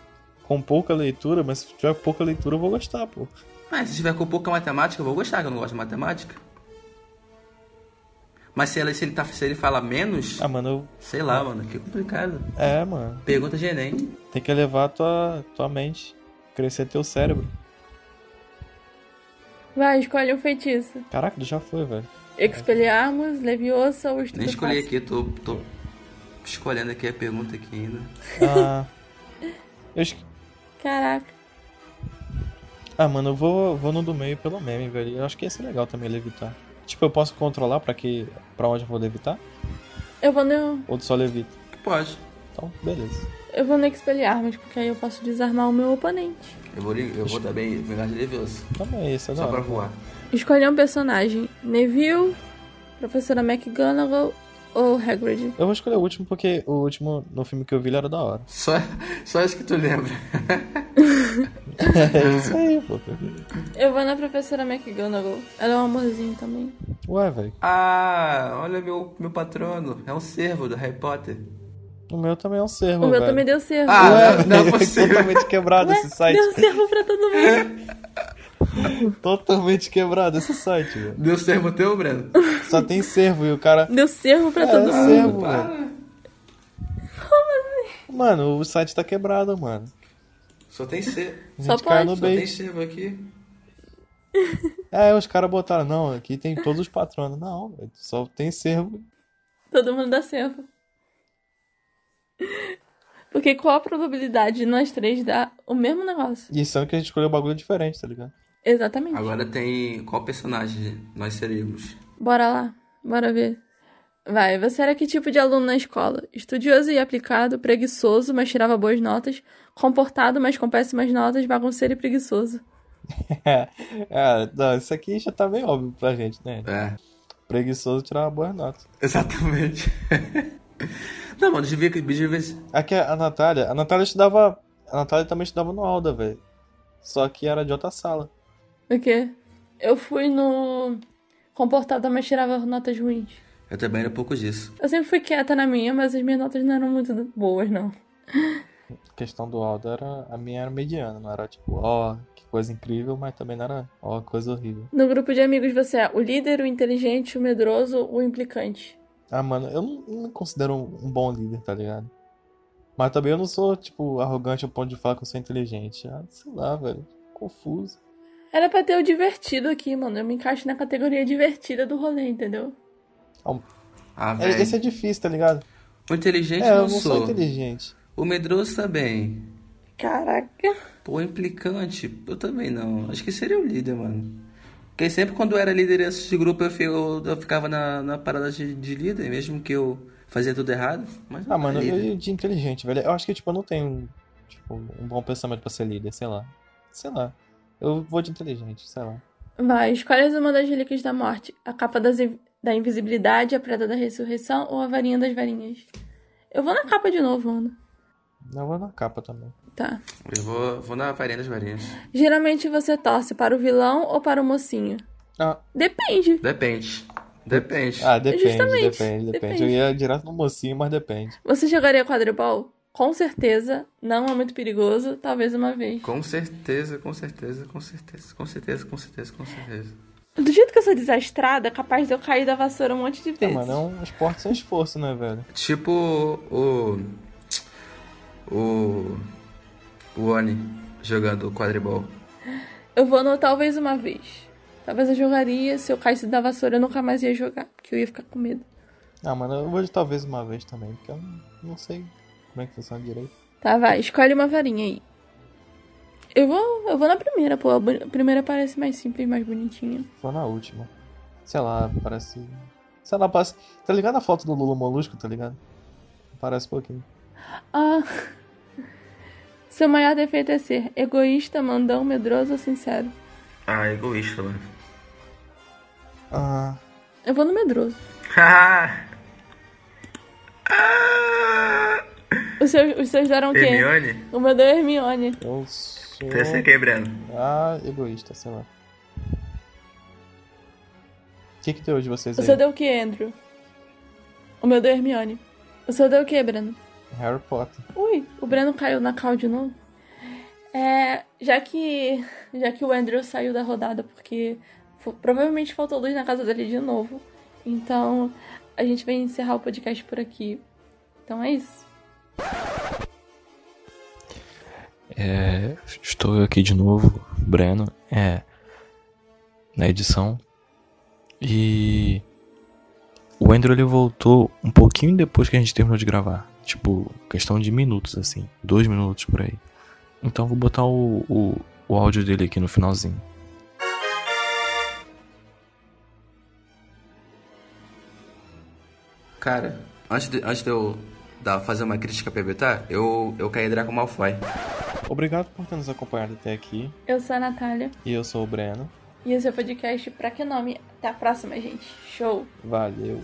Speaker 2: Com pouca leitura, mas se tiver pouca leitura eu vou gostar, pô.
Speaker 3: Mas se tiver com pouca matemática, eu vou gostar, que eu não gosto de matemática. Mas se, ela, se, ele, tá, se ele fala menos,
Speaker 2: Ah, mano,
Speaker 3: sei lá, mano, que complicado.
Speaker 2: eu... É, mano.
Speaker 3: Pergunta de Enem.
Speaker 2: Tem que elevar a tua, tua mente. Crescer teu cérebro.
Speaker 1: Vai, escolhe um feitiço.
Speaker 2: Caraca, tu já foi, velho.
Speaker 1: Expelharmos, Leviosa ou
Speaker 3: Nem
Speaker 1: Estudo
Speaker 3: escolhi
Speaker 1: Fácil?
Speaker 3: aqui, tô, tô escolhendo aqui a pergunta aqui ainda.
Speaker 2: Ah. eu esque-
Speaker 1: Caraca.
Speaker 2: Ah, mano, eu vou, vou no do meio pelo meme, velho. Eu acho que ia ser legal também levitar. Tipo, eu posso controlar pra que, para onde eu vou levitar?
Speaker 1: Eu vou no,
Speaker 2: Ou tu só levita?
Speaker 3: Pode.
Speaker 2: Então, beleza.
Speaker 1: eu vou no Expelharmos, porque aí eu posso desarmar o meu oponente.
Speaker 3: Eu vou, li- eu vou também vingar de Levioso.
Speaker 2: Calma aí, isso é da
Speaker 3: Só pra
Speaker 2: hora.
Speaker 3: voar.
Speaker 1: Escolher um personagem. Neville, Professora McGonagall ou Hagrid?
Speaker 2: Eu vou escolher o último porque o último no filme que eu vi ele era da hora.
Speaker 3: Só, só isso que tu lembra.
Speaker 2: É isso aí, pô.
Speaker 1: Eu vou na Professora McGonagall. Ela é um amorzinho também.
Speaker 2: Ué, velho.
Speaker 3: Ah, olha meu, meu patrono. É um servo do Harry Potter.
Speaker 2: O meu também é um cervo,
Speaker 1: O meu
Speaker 2: velho.
Speaker 1: também deu cervo.
Speaker 3: Ah,
Speaker 2: Ué,
Speaker 3: não, não é
Speaker 2: velho,
Speaker 3: possível.
Speaker 2: Totalmente quebrado esse
Speaker 1: Ué,
Speaker 2: site.
Speaker 1: deu cervo pra todo mundo.
Speaker 2: Totalmente quebrado esse site, velho.
Speaker 3: Deu servo teu, Breno?
Speaker 2: Só tem cervo e o cara.
Speaker 1: Deu cervo pra
Speaker 2: É,
Speaker 1: todo mundo.
Speaker 2: cervo,
Speaker 3: Ah,
Speaker 2: velho.
Speaker 1: assim?
Speaker 2: Mano, o site tá quebrado, mano.
Speaker 3: só tem servo.
Speaker 2: A
Speaker 1: Só
Speaker 2: gente caiu
Speaker 1: pode,
Speaker 2: no
Speaker 3: Só tem
Speaker 2: bait.
Speaker 3: servo aqui.
Speaker 2: É, os caras botaram, não, aqui tem todos os patronos. Não, velho, só tem cervo.
Speaker 1: Todo mundo dá cervo. Porque qual a probabilidade de nós três dar o mesmo negócio?
Speaker 2: E sendo que a gente escolheu um bagulho diferente, tá ligado?
Speaker 1: Exatamente.
Speaker 3: Agora tem. Qual personagem nós seríamos?
Speaker 1: Bora lá, bora ver. Vai, você era que tipo de aluno na escola? Estudioso e aplicado, preguiçoso, mas tirava boas notas, comportado, mas com péssimas notas, bagunceiro e preguiçoso.
Speaker 2: Cara, É, não, isso aqui já tá bem óbvio pra gente, né?
Speaker 3: É,
Speaker 2: Preguiçoso tirar uma boa nota.
Speaker 3: exatamente. Não, mano, devia que. Devia...
Speaker 2: Aqui a Natália, a Natália estudava. A Natália também estudava no Alda, velho. Só que era de outra sala.
Speaker 1: O quê? Eu fui no comportado, mas tirava notas ruins.
Speaker 3: Eu também era um pouco disso.
Speaker 1: Eu sempre fui quieta na minha, mas as minhas notas não eram muito boas, não.
Speaker 2: A questão do Alda era. A minha era mediana, não era tipo, ó, que coisa incrível, mas também não era, ó, coisa horrível.
Speaker 1: No grupo de amigos você é o líder, o inteligente, o medroso, o implicante.
Speaker 2: Ah, mano, eu não, não me considero um, um bom líder, tá ligado? Mas também eu não sou, tipo, arrogante ao ponto de falar que eu sou inteligente. Ah, sei lá, velho. Confuso.
Speaker 1: Era pra ter o divertido aqui, mano. Eu me encaixo na categoria divertida do rolê, entendeu?
Speaker 3: Ah,
Speaker 2: É,
Speaker 3: velho.
Speaker 2: esse é difícil, tá ligado?
Speaker 3: O inteligente
Speaker 2: É, eu
Speaker 3: não,
Speaker 2: não sou
Speaker 3: sou.
Speaker 2: inteligente.
Speaker 3: O medroso também.
Speaker 1: Caraca.
Speaker 3: Pô, implicante, eu também não. Acho que seria o líder, mano. Porque sempre quando eu era líder de grupo, eu, fi- eu- eu ficava na, na parada de, de líder, mesmo que eu fazia tudo errado. Mas eu
Speaker 2: Ah,
Speaker 3: era
Speaker 2: mano, eu
Speaker 3: líder.
Speaker 2: ia de inteligente, velho. Eu acho que, tipo, eu não tenho, tipo, um bom pensamento pra ser líder, sei lá. Sei lá. Eu vou de inteligente, sei lá.
Speaker 1: Vai, escolhas uma é das relíquias da morte. A capa das in- da invisibilidade, a prata da ressurreição ou a varinha das varinhas. Eu vou na capa de novo, Ana.
Speaker 2: Eu vou na capa também.
Speaker 1: Tá.
Speaker 3: Eu vou, vou na varinha das varinhas.
Speaker 1: Geralmente você torce para o vilão ou para o mocinho?
Speaker 2: Ah,
Speaker 1: Depende.
Speaker 3: Depende. Depende.
Speaker 2: ah depende,
Speaker 1: Justamente,
Speaker 2: depende, depende.
Speaker 1: depende.
Speaker 2: Eu ia direto no mocinho, mas depende. Ah,
Speaker 1: Você jogaria quadribol? Com certeza. Não é muito perigoso. Talvez uma vez.
Speaker 3: Com certeza, com certeza, com certeza, com certeza, com certeza, com certeza.
Speaker 1: Do jeito que eu sou desastrada, é capaz de eu cair da vassoura um monte de
Speaker 2: É,
Speaker 1: vezes.
Speaker 2: mano, é um esporte sem esforço, né, velho?
Speaker 3: Tipo o. O. O Oni jogando quadribol.
Speaker 1: Eu vou no talvez uma vez. Talvez eu jogaria. Se eu caísse da vassoura, eu nunca mais ia jogar. Porque eu ia ficar com medo.
Speaker 2: Ah, mano, eu vou de talvez uma vez também, porque eu não, não sei como é que funciona direito.
Speaker 1: Tá, vai. Escolhe uma varinha aí. Eu vou, eu vou na primeira, pô. A bu- a primeira parece mais simples, mais bonitinha.
Speaker 2: Foi na última. Sei lá, parece. Sei lá, parece. Tá ligado a foto do Lula Molusco, tá ligado? Parece um pouquinho.
Speaker 1: Ah. Seu maior defeito é ser egoísta, mandão, medroso ou sincero?
Speaker 3: Ah, egoísta, mano.
Speaker 2: Ah,
Speaker 1: Eu vou no medroso.
Speaker 3: Ah!
Speaker 1: Os seus, os seus deram o quê?
Speaker 3: Hermione? tá
Speaker 1: O meu deu Hermione.
Speaker 2: eu sou.
Speaker 3: Terceiro que, Breno.
Speaker 2: Ah, egoísta, sei lá. O que que deu de vocês
Speaker 1: O
Speaker 2: aí?
Speaker 1: seu deu o quê, Andrew? O meu deu Hermione. O seu deu o quê, Breno?
Speaker 2: Harry Potter.
Speaker 1: Ui, o Breno caiu na cal de novo. É, já que já que o Andrew saiu da rodada porque fo- provavelmente faltou luz na casa dele de novo. Então, a gente vai encerrar o podcast por aqui. Então é isso.
Speaker 4: É, estou eu aqui de novo, Breno, é, na edição. E o Andrew ele voltou um pouquinho depois que a gente terminou de gravar. Tipo, questão de minutos, assim. Dois minutos por aí. Então vou botar o, o, o áudio dele aqui no finalzinho.
Speaker 3: Cara, antes de, antes de eu dar, fazer uma crítica pra evitar, eu, eu caí em Draco Malfoy.
Speaker 2: Obrigado por ter nos acompanhado até aqui.
Speaker 1: Eu sou a Natália
Speaker 2: E eu sou o Breno.
Speaker 1: e esse é o podcast Pra Que Nome. Até a próxima, gente. Show!
Speaker 2: Valeu.